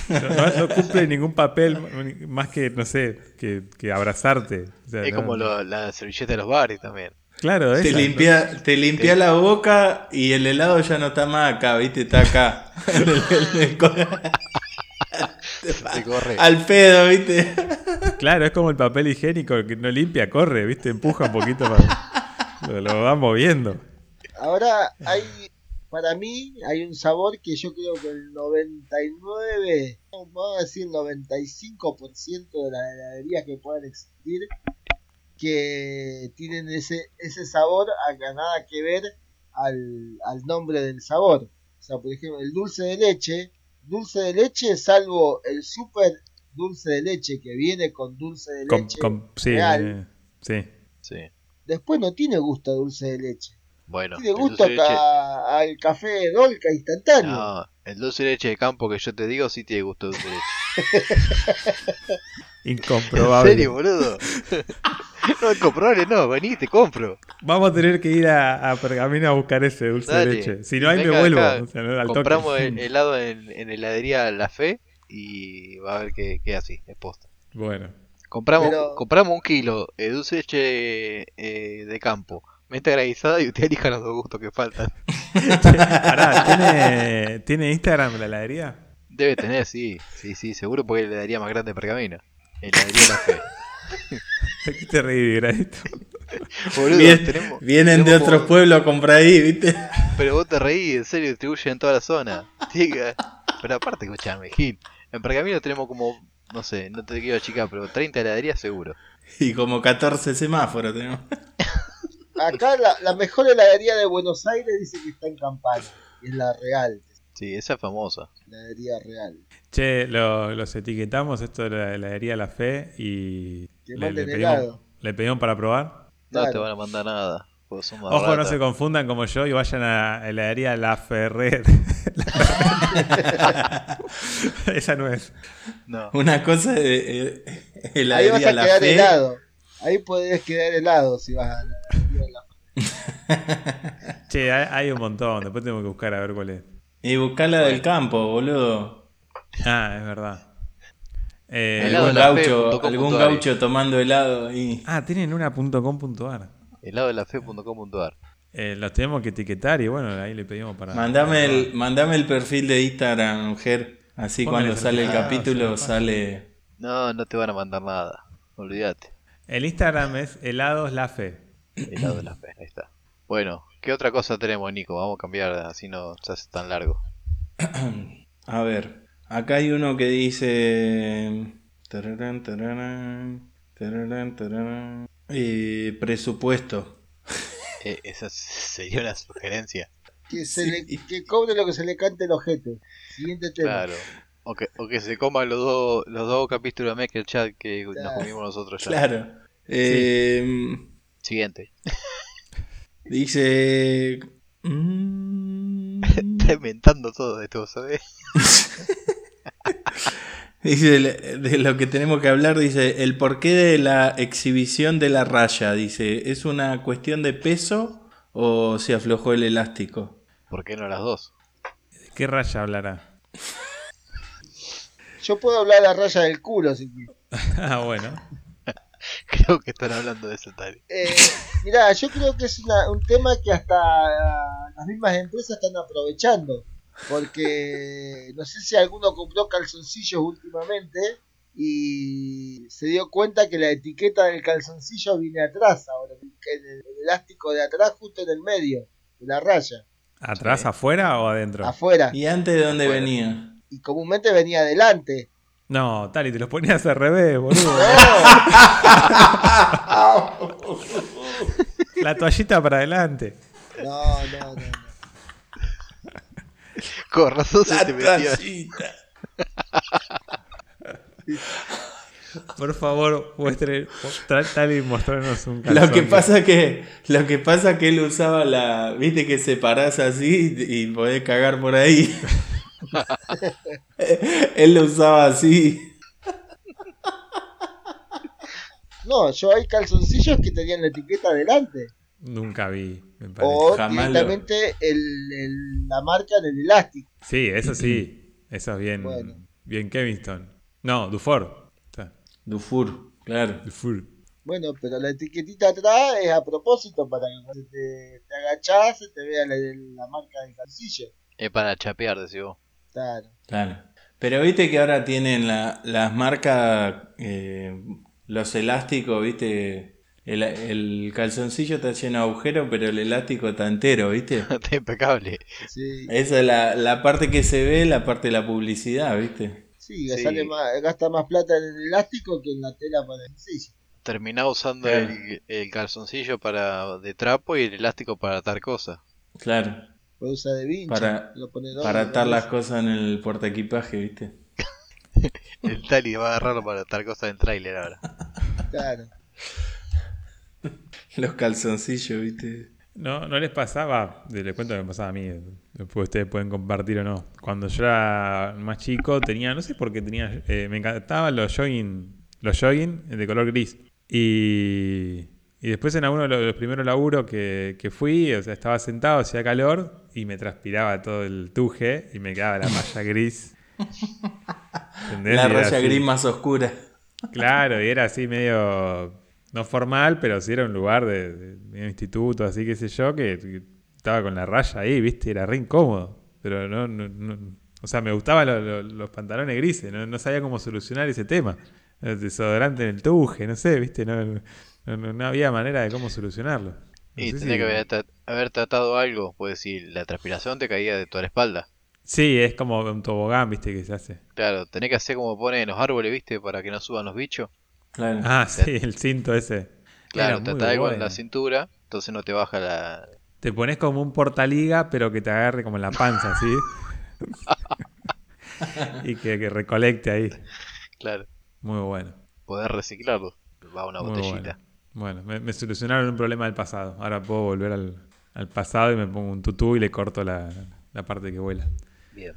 B: No, no- no cumple ningún papel m- más que, no sé, que, que abrazarte. O sea,
A: Es
B: no-
A: como lo- la servilleta de los bares también.
B: Claro,
C: Te
B: esa,
C: limpia, te limpia
A: eh.
C: la boca y el helado ya no está más acá, ¿viste? Está acá. En el- en el co-
A: Se corre.
C: Al pedo, ¿viste?
B: ¿no? claro, es como el papel higiénico que no limpia, corre, ¿viste? Empuja un poquito para- Lo, lo va moviendo. Ah.
D: Ahora hay, para mí, hay un sabor que yo creo que el 99, vamos a decir 95% de las heladerías que puedan existir, que tienen ese, ese sabor a que nada que ver al, al nombre del sabor. O sea, por ejemplo, el dulce de leche, dulce de leche, salvo el super dulce de leche que viene con dulce de
B: Con-
D: leche,
B: con- sí,
D: real.
B: eh, sí.
A: Sí.
D: después no tiene gusto a dulce de leche.
A: Bueno,
D: Tiene
A: el
D: gusto
A: dulce de leche-
D: acá al café Dolca instantáneo.
A: No, el dulce de leche de campo que yo te digo sí tiene gusto de dulce de leche.
B: Incomprobable.
A: ¿En serio, boludo? no, incomprobable no, vení, te compro.
B: Vamos a tener que ir a, a Pergamino a buscar ese dulce
A: Dale.
B: de leche. Si no hay, me
A: Venga
B: vuelvo.
A: acá,
B: O sea, no, al toque.
A: Compramos el- helado en, en heladería La Fe y va a ver qué queda así, es posta.
B: Bueno,
A: Compramos,
D: Pero-
A: compramos un kilo de dulce de leche eh, de campo, menta granizada y usted elija los dos gustos que faltan.
B: pará, ¿tiene, ¿tiene Instagram la heladería?
A: Debe tener, sí, sí, sí, seguro porque le daría más grande pergamino. Heladería La Fe.
B: ¿De qué te reí, Gradito?
A: Boludo,
C: Bien-
A: tenemos-
C: vienen de
A: tenemos
C: otros
A: como-
C: pueblos a comprar ahí, ¿viste?
A: Pero vos te reís, en serio, distribuyen en toda la zona. Diga. Pero aparte, escuchame, Gil. En Pergamino tenemos como, no sé, no te quiero achicar, pero 30 heladerías seguro.
C: Y como 14 semáforos tenemos.
D: Acá la, la mejor heladería de Buenos Aires dice que está en Campana. y Es la real,
A: Sí, esa es famosa.
D: la heladería real.
B: Che, lo- los etiquetamos, esto de la heladería La Fe y.
D: Que manden
B: pedimos,
D: helado.
B: le pedimos para probar.
A: No
D: Claro.
A: te van a mandar nada. porque son más
B: Ojo, no
A: baratas.
B: se confundan como yo y vayan a heladería La Ferrer. Esa no es.
A: No.
C: Una cosa de eh,
D: Ahí vas
C: heladería
D: a
C: la
D: quedar
C: fe.
D: helado. Ahí podés quedar helado si vas a la heladería de la
B: Che, hay, hay un montón. Después tengo que buscar a ver cuál es.
C: Y buscar la del campo, boludo.
B: Ah, es verdad. Eh,
A: Helado
C: algún
A: de la fe punto
C: gaucho,
A: com
C: algún
A: punto ar.
C: gaucho tomando helado ahí.
B: ah, tienen una.com.ar.
A: Helado de la fe.com.ar.
B: Eh, los tenemos que etiquetar y bueno, ahí le pedimos para.
C: Mandame el, mandame el perfil de Instagram, mujer. Así
B: Póngale
C: cuando sale el
B: perfil. Ah, se
C: capítulo
B: me
C: sale.
A: No, no te van a mandar nada. Olvídate.
B: El Instagram es helados la fe.
A: Helado de la fe. Ahí está. Bueno, ¿qué otra cosa tenemos, Nico? Vamos a cambiar, así no se hace tan largo.
C: A ver, acá hay uno que dice. tararán, tararán, tararán, tararán, eh, presupuesto.
A: Eh, esa sería una sugerencia.
D: que, se
C: Sí.
D: le- que cobre lo que se le cante el ojete. Siguiente tema.
A: Claro. O que, o que se coman los dos los dos capítulos de Maker Chat que nos
D: Claro.
A: comimos nosotros ya.
C: Claro. Eh,
A: Siguiente.
C: Dice. mm,
A: Está inventando todo esto, ¿sabes?
C: Dice, le- de lo que tenemos que hablar, dice, el porqué de la exhibición de la raya, dice, ¿es una cuestión de peso o se aflojó el elástico?
A: ¿Por qué no las dos?
B: ¿De qué raya hablará?
D: Yo puedo hablar a la raya del culo si quieres.
B: ah, bueno.
A: Creo que están hablando de eso tal.
D: Eh, mirá, yo creo que es una- un tema que hasta ah, las mismas empresas están aprovechando. Porque no sé si alguno compró calzoncillos últimamente y se dio cuenta que la etiqueta del calzoncillo viene atrás ahora, que el, el elástico de atrás justo en el medio, de la raya,
B: ¿Atrás, afuera o adentro?
D: afuera.
C: ¿Y antes de dónde venía?
D: Y comúnmente venía adelante.
B: No, tal, y te los ponías al revés, boludo. la toallita para adelante.
D: No, no, no. no.
A: Con razón se te metía.
C: Atrasita.
B: Por favor, muestre, tratar y mostrarnos un calzón.
C: Lo que pasa que lo que pasa que él usaba la, viste que separás así y y podés cagar por ahí. él lo usaba así.
D: No, yo hay calzoncillos que tenían la etiqueta adelante.
B: Nunca vi, me parece.
D: O
C: jamás lo-
D: directamente el- el- la marca en el elástico.
B: Sí, eso sí. Eso es bien.
D: Bueno.
B: Bien Kevinston. No, Dufour. Está,
C: Dufour, claro.
B: Dufour.
D: Bueno, pero la etiquetita atrás es a propósito para que cuando te, te agachás se te vea la, la marca del calzoncillo.
A: Es para chapear, decís vos.
D: Claro.
C: Claro. Pero viste que ahora tienen la- las marcas, eh, los elásticos, viste. El, el calzoncillo está lleno de agujeros, pero el elástico está entero, viste.
A: Está impecable.
D: Sí,
C: Esa es la, la parte que se ve, la parte de la publicidad, viste.
D: sí, que
A: Sí.
D: Sale más, gasta más plata en el elástico que en la tela para el calzoncillo.
A: Terminaba usando
C: Claro.
A: el, el calzoncillo para de trapo y el elástico para atar cosas.
C: Claro.
D: Lo usa de vincha.
C: Para-
D: lo pone
C: Para
D: doble,
C: atar
D: lo
C: las
D: usa.
C: cosas en el portaequipaje, viste.
A: El Tali va a agarrarlo para atar cosas en tráiler ahora.
D: Claro.
C: Los calzoncillos, viste.
B: No, no les pasaba, les cuento que me pasaba a mí, después ustedes pueden compartir o no. Cuando yo era más chico tenía, no sé por qué tenía, eh, me encantaban los jogging, los jogging de color gris. Y, y después en alguno de los, los primeros laburos que, que fui, o sea, estaba sentado, hacía calor y me transpiraba todo el tuje y me quedaba la malla gris. ¿Entendés?
C: La
B: Y era
C: raya
B: así.
C: gris más oscura.
B: Claro, y era así medio, no formal, pero sí era un lugar de, de- de un instituto, así qué sé yo, que, que estaba con la raya ahí, viste, era re incómodo. Pero no, no- no- o sea, me gustaban lo- lo- los pantalones grises, no, no sabía cómo solucionar ese tema. El desodorante en el tuje, no sé, viste, no, no- no- no había manera de cómo solucionarlo. No
A: Y
B: sé
A: tenía
B: si-
A: que haber, tra- haber tratado algo, pues si la transpiración te caía de toda la espalda.
B: Sí, es como un tobogán, viste, que se hace.
A: Claro, tenés que hacer como ponen en los árboles, viste, para que no suban los bichos.
C: Claro.
B: Ah, sí, el cinto ese.
A: Claro,
B: Era
A: te
B: muy
A: atás algo en
B: bueno.
A: la cintura, entonces no te baja la...
B: Te pones como un portaliga, pero que te agarre como en la panza, así. y que, que recolecte ahí.
A: Claro,
B: Muy bueno.
A: poder reciclarlo. Va a una
B: muy
A: botellita.
B: Bueno, Bueno, me, me solucionaron un problema del pasado. Ahora puedo volver al, al pasado y me pongo un tutú y le corto la, la parte que vuela.
A: Bien.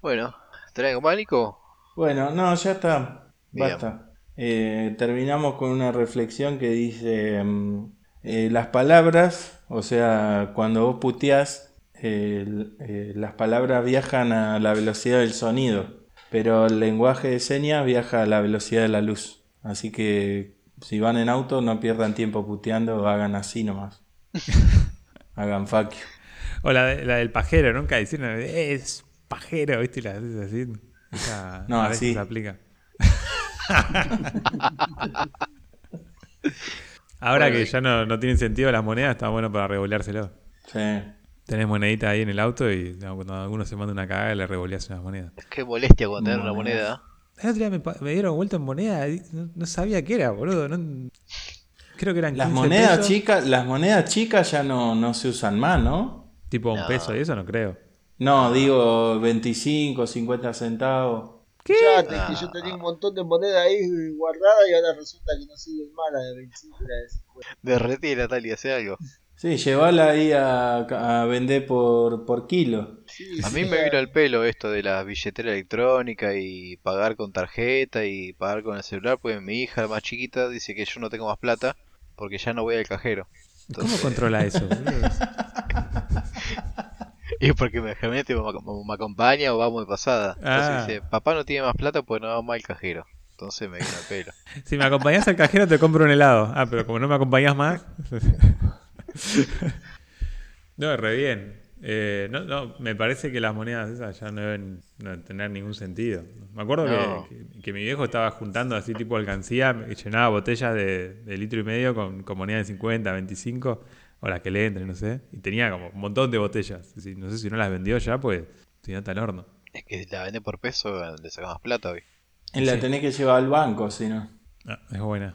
A: Bueno, ¿traigo pánico?
C: Bueno, no, ya está.
A: Bien.
C: Basta. Eh, terminamos con una reflexión que dice: mm, eh, Las palabras, o sea, cuando vos puteás, eh, l- eh, las palabras viajan a la velocidad del sonido, pero el lenguaje de señas viaja a la velocidad de la luz. Así que si van en auto, no pierdan tiempo puteando, hagan así nomás. hagan fuck you.
B: O la, de- la del pajero, nunca decían, "Eh, es pajero, ¿viste? Y la haces así. Esa,
C: No,
B: a veces
C: así.
B: se aplica. Ahora que ya no, no tienen sentido las monedas, está bueno para regulárselo.
C: Sí.
B: Tenés moneditas ahí en el auto y no, cuando alguno se manda una cagada le revoleas unas monedas.
A: Qué molestia cuando tener una
C: Monedas.
A: moneda.
B: El otro día me, pa- me dieron vuelta en moneda, y no, no sabía qué era, boludo. no- creo que eran
C: Las
B: 15
C: monedas
B: pesos.
C: chicas, las monedas chicas ya no, no se usan más, ¿no?
B: Tipo un
A: No.
B: peso y eso no creo.
C: No, digo 25, 50 centavos.
D: Ya, te- que yo tenía un montón de monedas ahí guardadas y ahora resulta que no sirven más la de 25 y la de 50.
A: Derretila, Tali, hace algo.
C: Sí, llevala ahí a, a vender por, por kilo.
D: Sí,
A: A
D: sí,
A: mí
D: la-
A: me vino al pelo esto de la billetera electrónica y pagar con tarjeta y pagar con el celular, pues mi hija, la más chiquita, dice que yo no tengo más plata porque ya no voy al cajero.
B: ¿Cómo controla eso? boludo?
A: Y porque me, generalmente me, ac- me acompaña o vamos de pasada. Entonces
B: Ah.
A: dice, papá no tiene más plata pues no vamos al cajero. Entonces me vino al pelo.
B: Si me acompañás al cajero te compro un helado. Ah, pero como no me acompañás más. no, re bien. Eh, no, no, me parece que las monedas esas ya no deben no tener ningún sentido. Me acuerdo que-
A: No.
B: que, que mi viejo estaba juntando así tipo alcancía y llenaba botellas de, de litro y medio con, con monedas de 50, 25 o las que le entren, no sé. Y tenía como un montón de botellas. Es decir, No sé si no las vendió ya, pues si no está al horno.
A: Es que la vende por peso, eh, le saca más plata hoy.
C: Y la
B: Sí.
C: tenés que llevar al banco, si no.
B: Ah, es buena.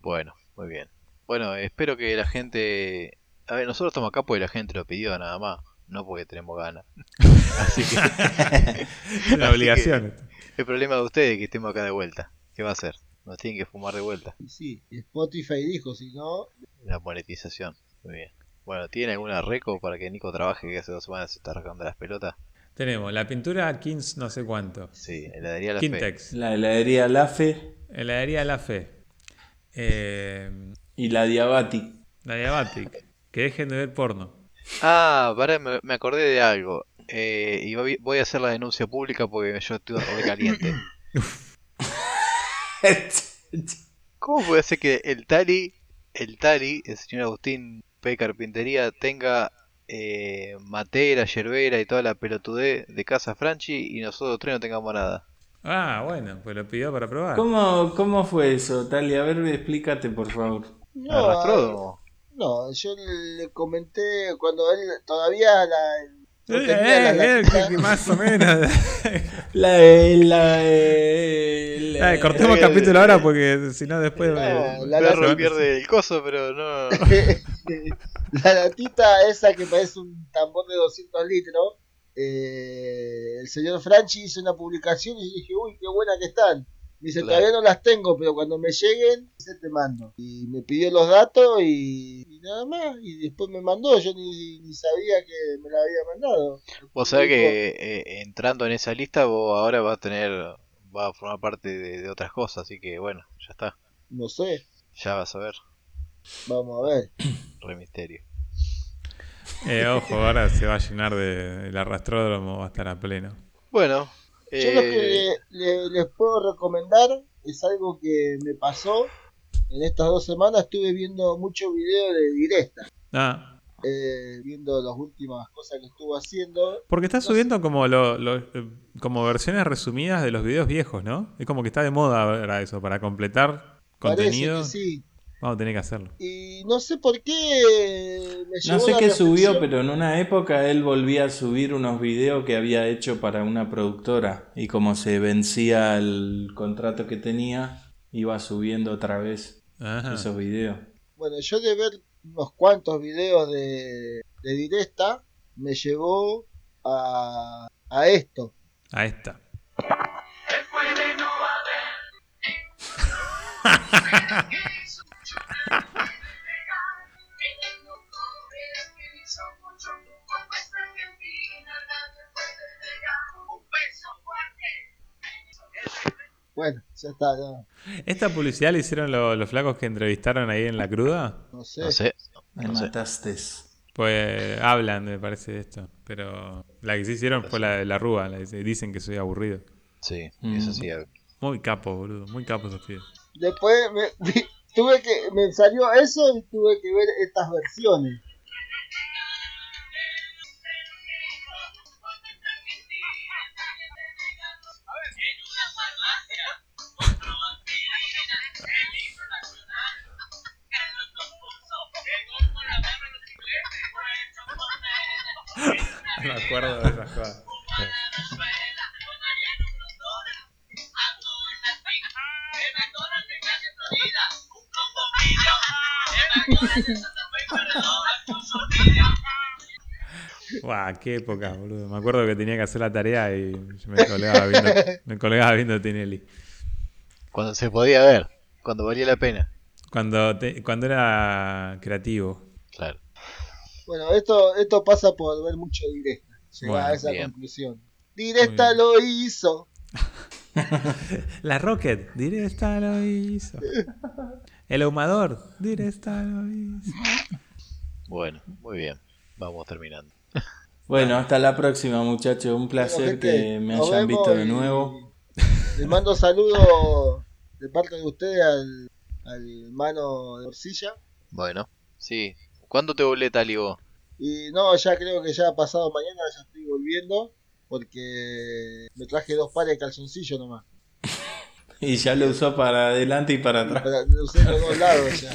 A: Bueno, muy bien. Bueno, espero que la gente... A ver, nosotros estamos acá porque la gente lo pidió nada más. no porque tenemos ganas. Así que
B: Es una
A: Así
B: obligación.
A: el problema de ustedes es que estemos acá de vuelta. ¿Qué va a hacer? Nos tienen que fumar de vuelta.
D: Y sí, Spotify dijo, si no,
A: La monetización. Muy bien. Bueno, ¿tiene alguna reco para que Nico trabaje que hace dos semanas se está arrancando las pelotas?
B: Tenemos la pintura Kings no sé cuánto.
A: Sí, le daría la fe.
B: Quintex.
C: La heladería Lafe
B: Heladería La Fe. Eh,
C: y la Diabati.
B: la Diabatic. Que dejen de ver porno.
A: Ah, pará, me, me acordé de algo. Eh, y voy voy a hacer la denuncia pública porque yo estuve re caliente. ¿Cómo puede ser que el Tali, el Tali, el señor Agustín P. Carpintería, tenga eh, matera, yerbera y toda la pelotudez de Casa Franchi y nosotros tres no tengamos nada?
B: Ah, bueno, pues lo pidió para probar.
C: ¿Cómo, ¿Cómo fue eso, Talia? A ver, explícate, por favor.
D: no,
A: ¿Arrastródromo?
D: no, yo le comenté cuando él todavía la,
B: Eh,
D: no tenía la
B: eh, eh,
D: latita.
B: que más o menos. Eh,
C: La, eh, la, eh, la,
B: Ay,
A: Eh,
B: cortemos el capítulo ahora porque si no después.
D: No,
B: eh,
A: El
D: la
B: se va-
A: perro pierde el coso, pero no.
D: la latita esa que parece un tambor de 200 litros, eh, el señor Franchi hizo una publicación y dije, uy, qué buena que están. Me dice,
A: Claro.
D: todavía no las tengo, pero cuando me lleguen, se te mando. Y me pidió los datos y, y nada más. Y después me mandó, yo ni, ni sabía que me la había mandado.
A: Vos sabés que eh, entrando en esa lista, vos ahora vas a tener. va a formar parte de, de otras cosas, así que bueno, ya está.
D: No sé,
A: Ya vas a ver.
D: vamos a ver.
A: Re misterio.
B: Eh, ojo, ahora se va a llenar de. El arrastródromo va a estar a pleno.
A: Bueno.
D: Yo lo que
A: eh,
D: le- le- les puedo recomendar es algo que me pasó. En estas dos semanas estuve viendo mucho video de directa,
B: Ah,
D: eh, viendo las últimas cosas que estuvo haciendo.
B: porque está subiendo como, lo- lo- eh, como versiones resumidas de los videos viejos, ¿no? Es como que está de moda ahora eso, para completar
D: Parece
B: contenido.
D: que sí.
B: Vamos a tener que hacerlo.
D: Y no sé por qué me
C: No
D: llevó
C: sé
D: la
C: qué subió,
D: reflexión.
C: pero en una época él volvía a subir unos videos que había hecho para una productora y como se vencía el contrato que tenía, iba subiendo otra vez
A: Ah.
B: Ajá.
C: esos videos.
D: Bueno, yo de ver unos cuantos videos de, de directa me llevó a, a esto.
B: Ahí está.
D: Bueno, ya está, ya.
B: ¿Esta publicidad la hicieron lo- los flacos que entrevistaron ahí en la cruda?
D: No sé.
A: no sé.
C: Me
A: No sé.
C: mataste.
B: Pues hablan, me parece, de esto. Pero la que sí hicieron fue la de la Rúa. la que dicen que soy aburrido.
A: Sí,
C: Mm.
A: eso sí.
B: Muy capo, boludo. Muy capo esos pibes.
D: Después me, tuve que me salió eso y tuve que ver estas versiones.
E: En una farmacia, compró aspirina, el libro nacional. Carlos compuso, llegó con la mano en los ingleses, por hecho con él. En una
B: No me acuerdo de esas cosas.
E: cubana de suela, con Mariano Rondona. Ando en la finca, en McDonald's de calle Florida. Un combo pillo, en McDonald's de Santa Fe, corredor, con su
B: Buah, qué época, boludo. Me acuerdo que tenía que hacer la tarea y yo me colgaba viendo, me colgaba viendo Tinelli.
A: Cuando se podía ver, cuando valía la pena.
B: Cuando, te- cuando era creativo.
A: Claro.
D: Bueno, esto, esto pasa por ver mucho directa. Llegar
B: Bueno,
D: a esa
A: bien.
D: conclusión. Directa lo hizo.
B: La Rocket, directa lo hizo. El ahumador, directa lo hizo.
A: Bueno, muy bien. Vamos terminando.
C: Bueno, hasta la próxima muchachos, un
D: Bueno,
C: placer
D: gente,
C: que me
D: nos
C: hayan
D: vemos
C: visto de
D: y
C: nuevo.
D: Les mando saludos de parte de ustedes al, al hermano de Orcilla.
A: Bueno, sí. ¿Cuándo te volé Tali vos?
D: Y no, ya creo que ya pasado mañana ya estoy volviendo. Porque me traje dos pares de calzoncillos nomás.
C: Y ya lo usó para adelante y para atrás.
D: Para, lo usé por dos lados ya.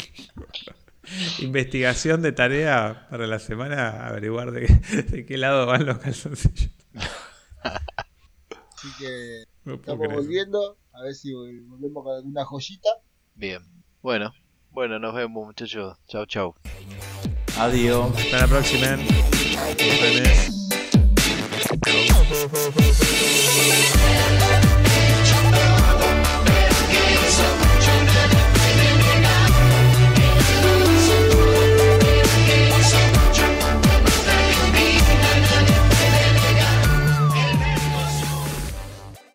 B: Investigación de tarea para la semana, averiguar de, de qué lado van los calzoncillos.
D: Así que
B: No puedo
D: estamos
B: creer.
D: volviendo. A ver si vol- volvemos con alguna joyita.
A: Bien. Bueno, bueno, nos vemos muchachos. Chau, chau.
C: Adiós.
B: Hasta la próxima. tenés-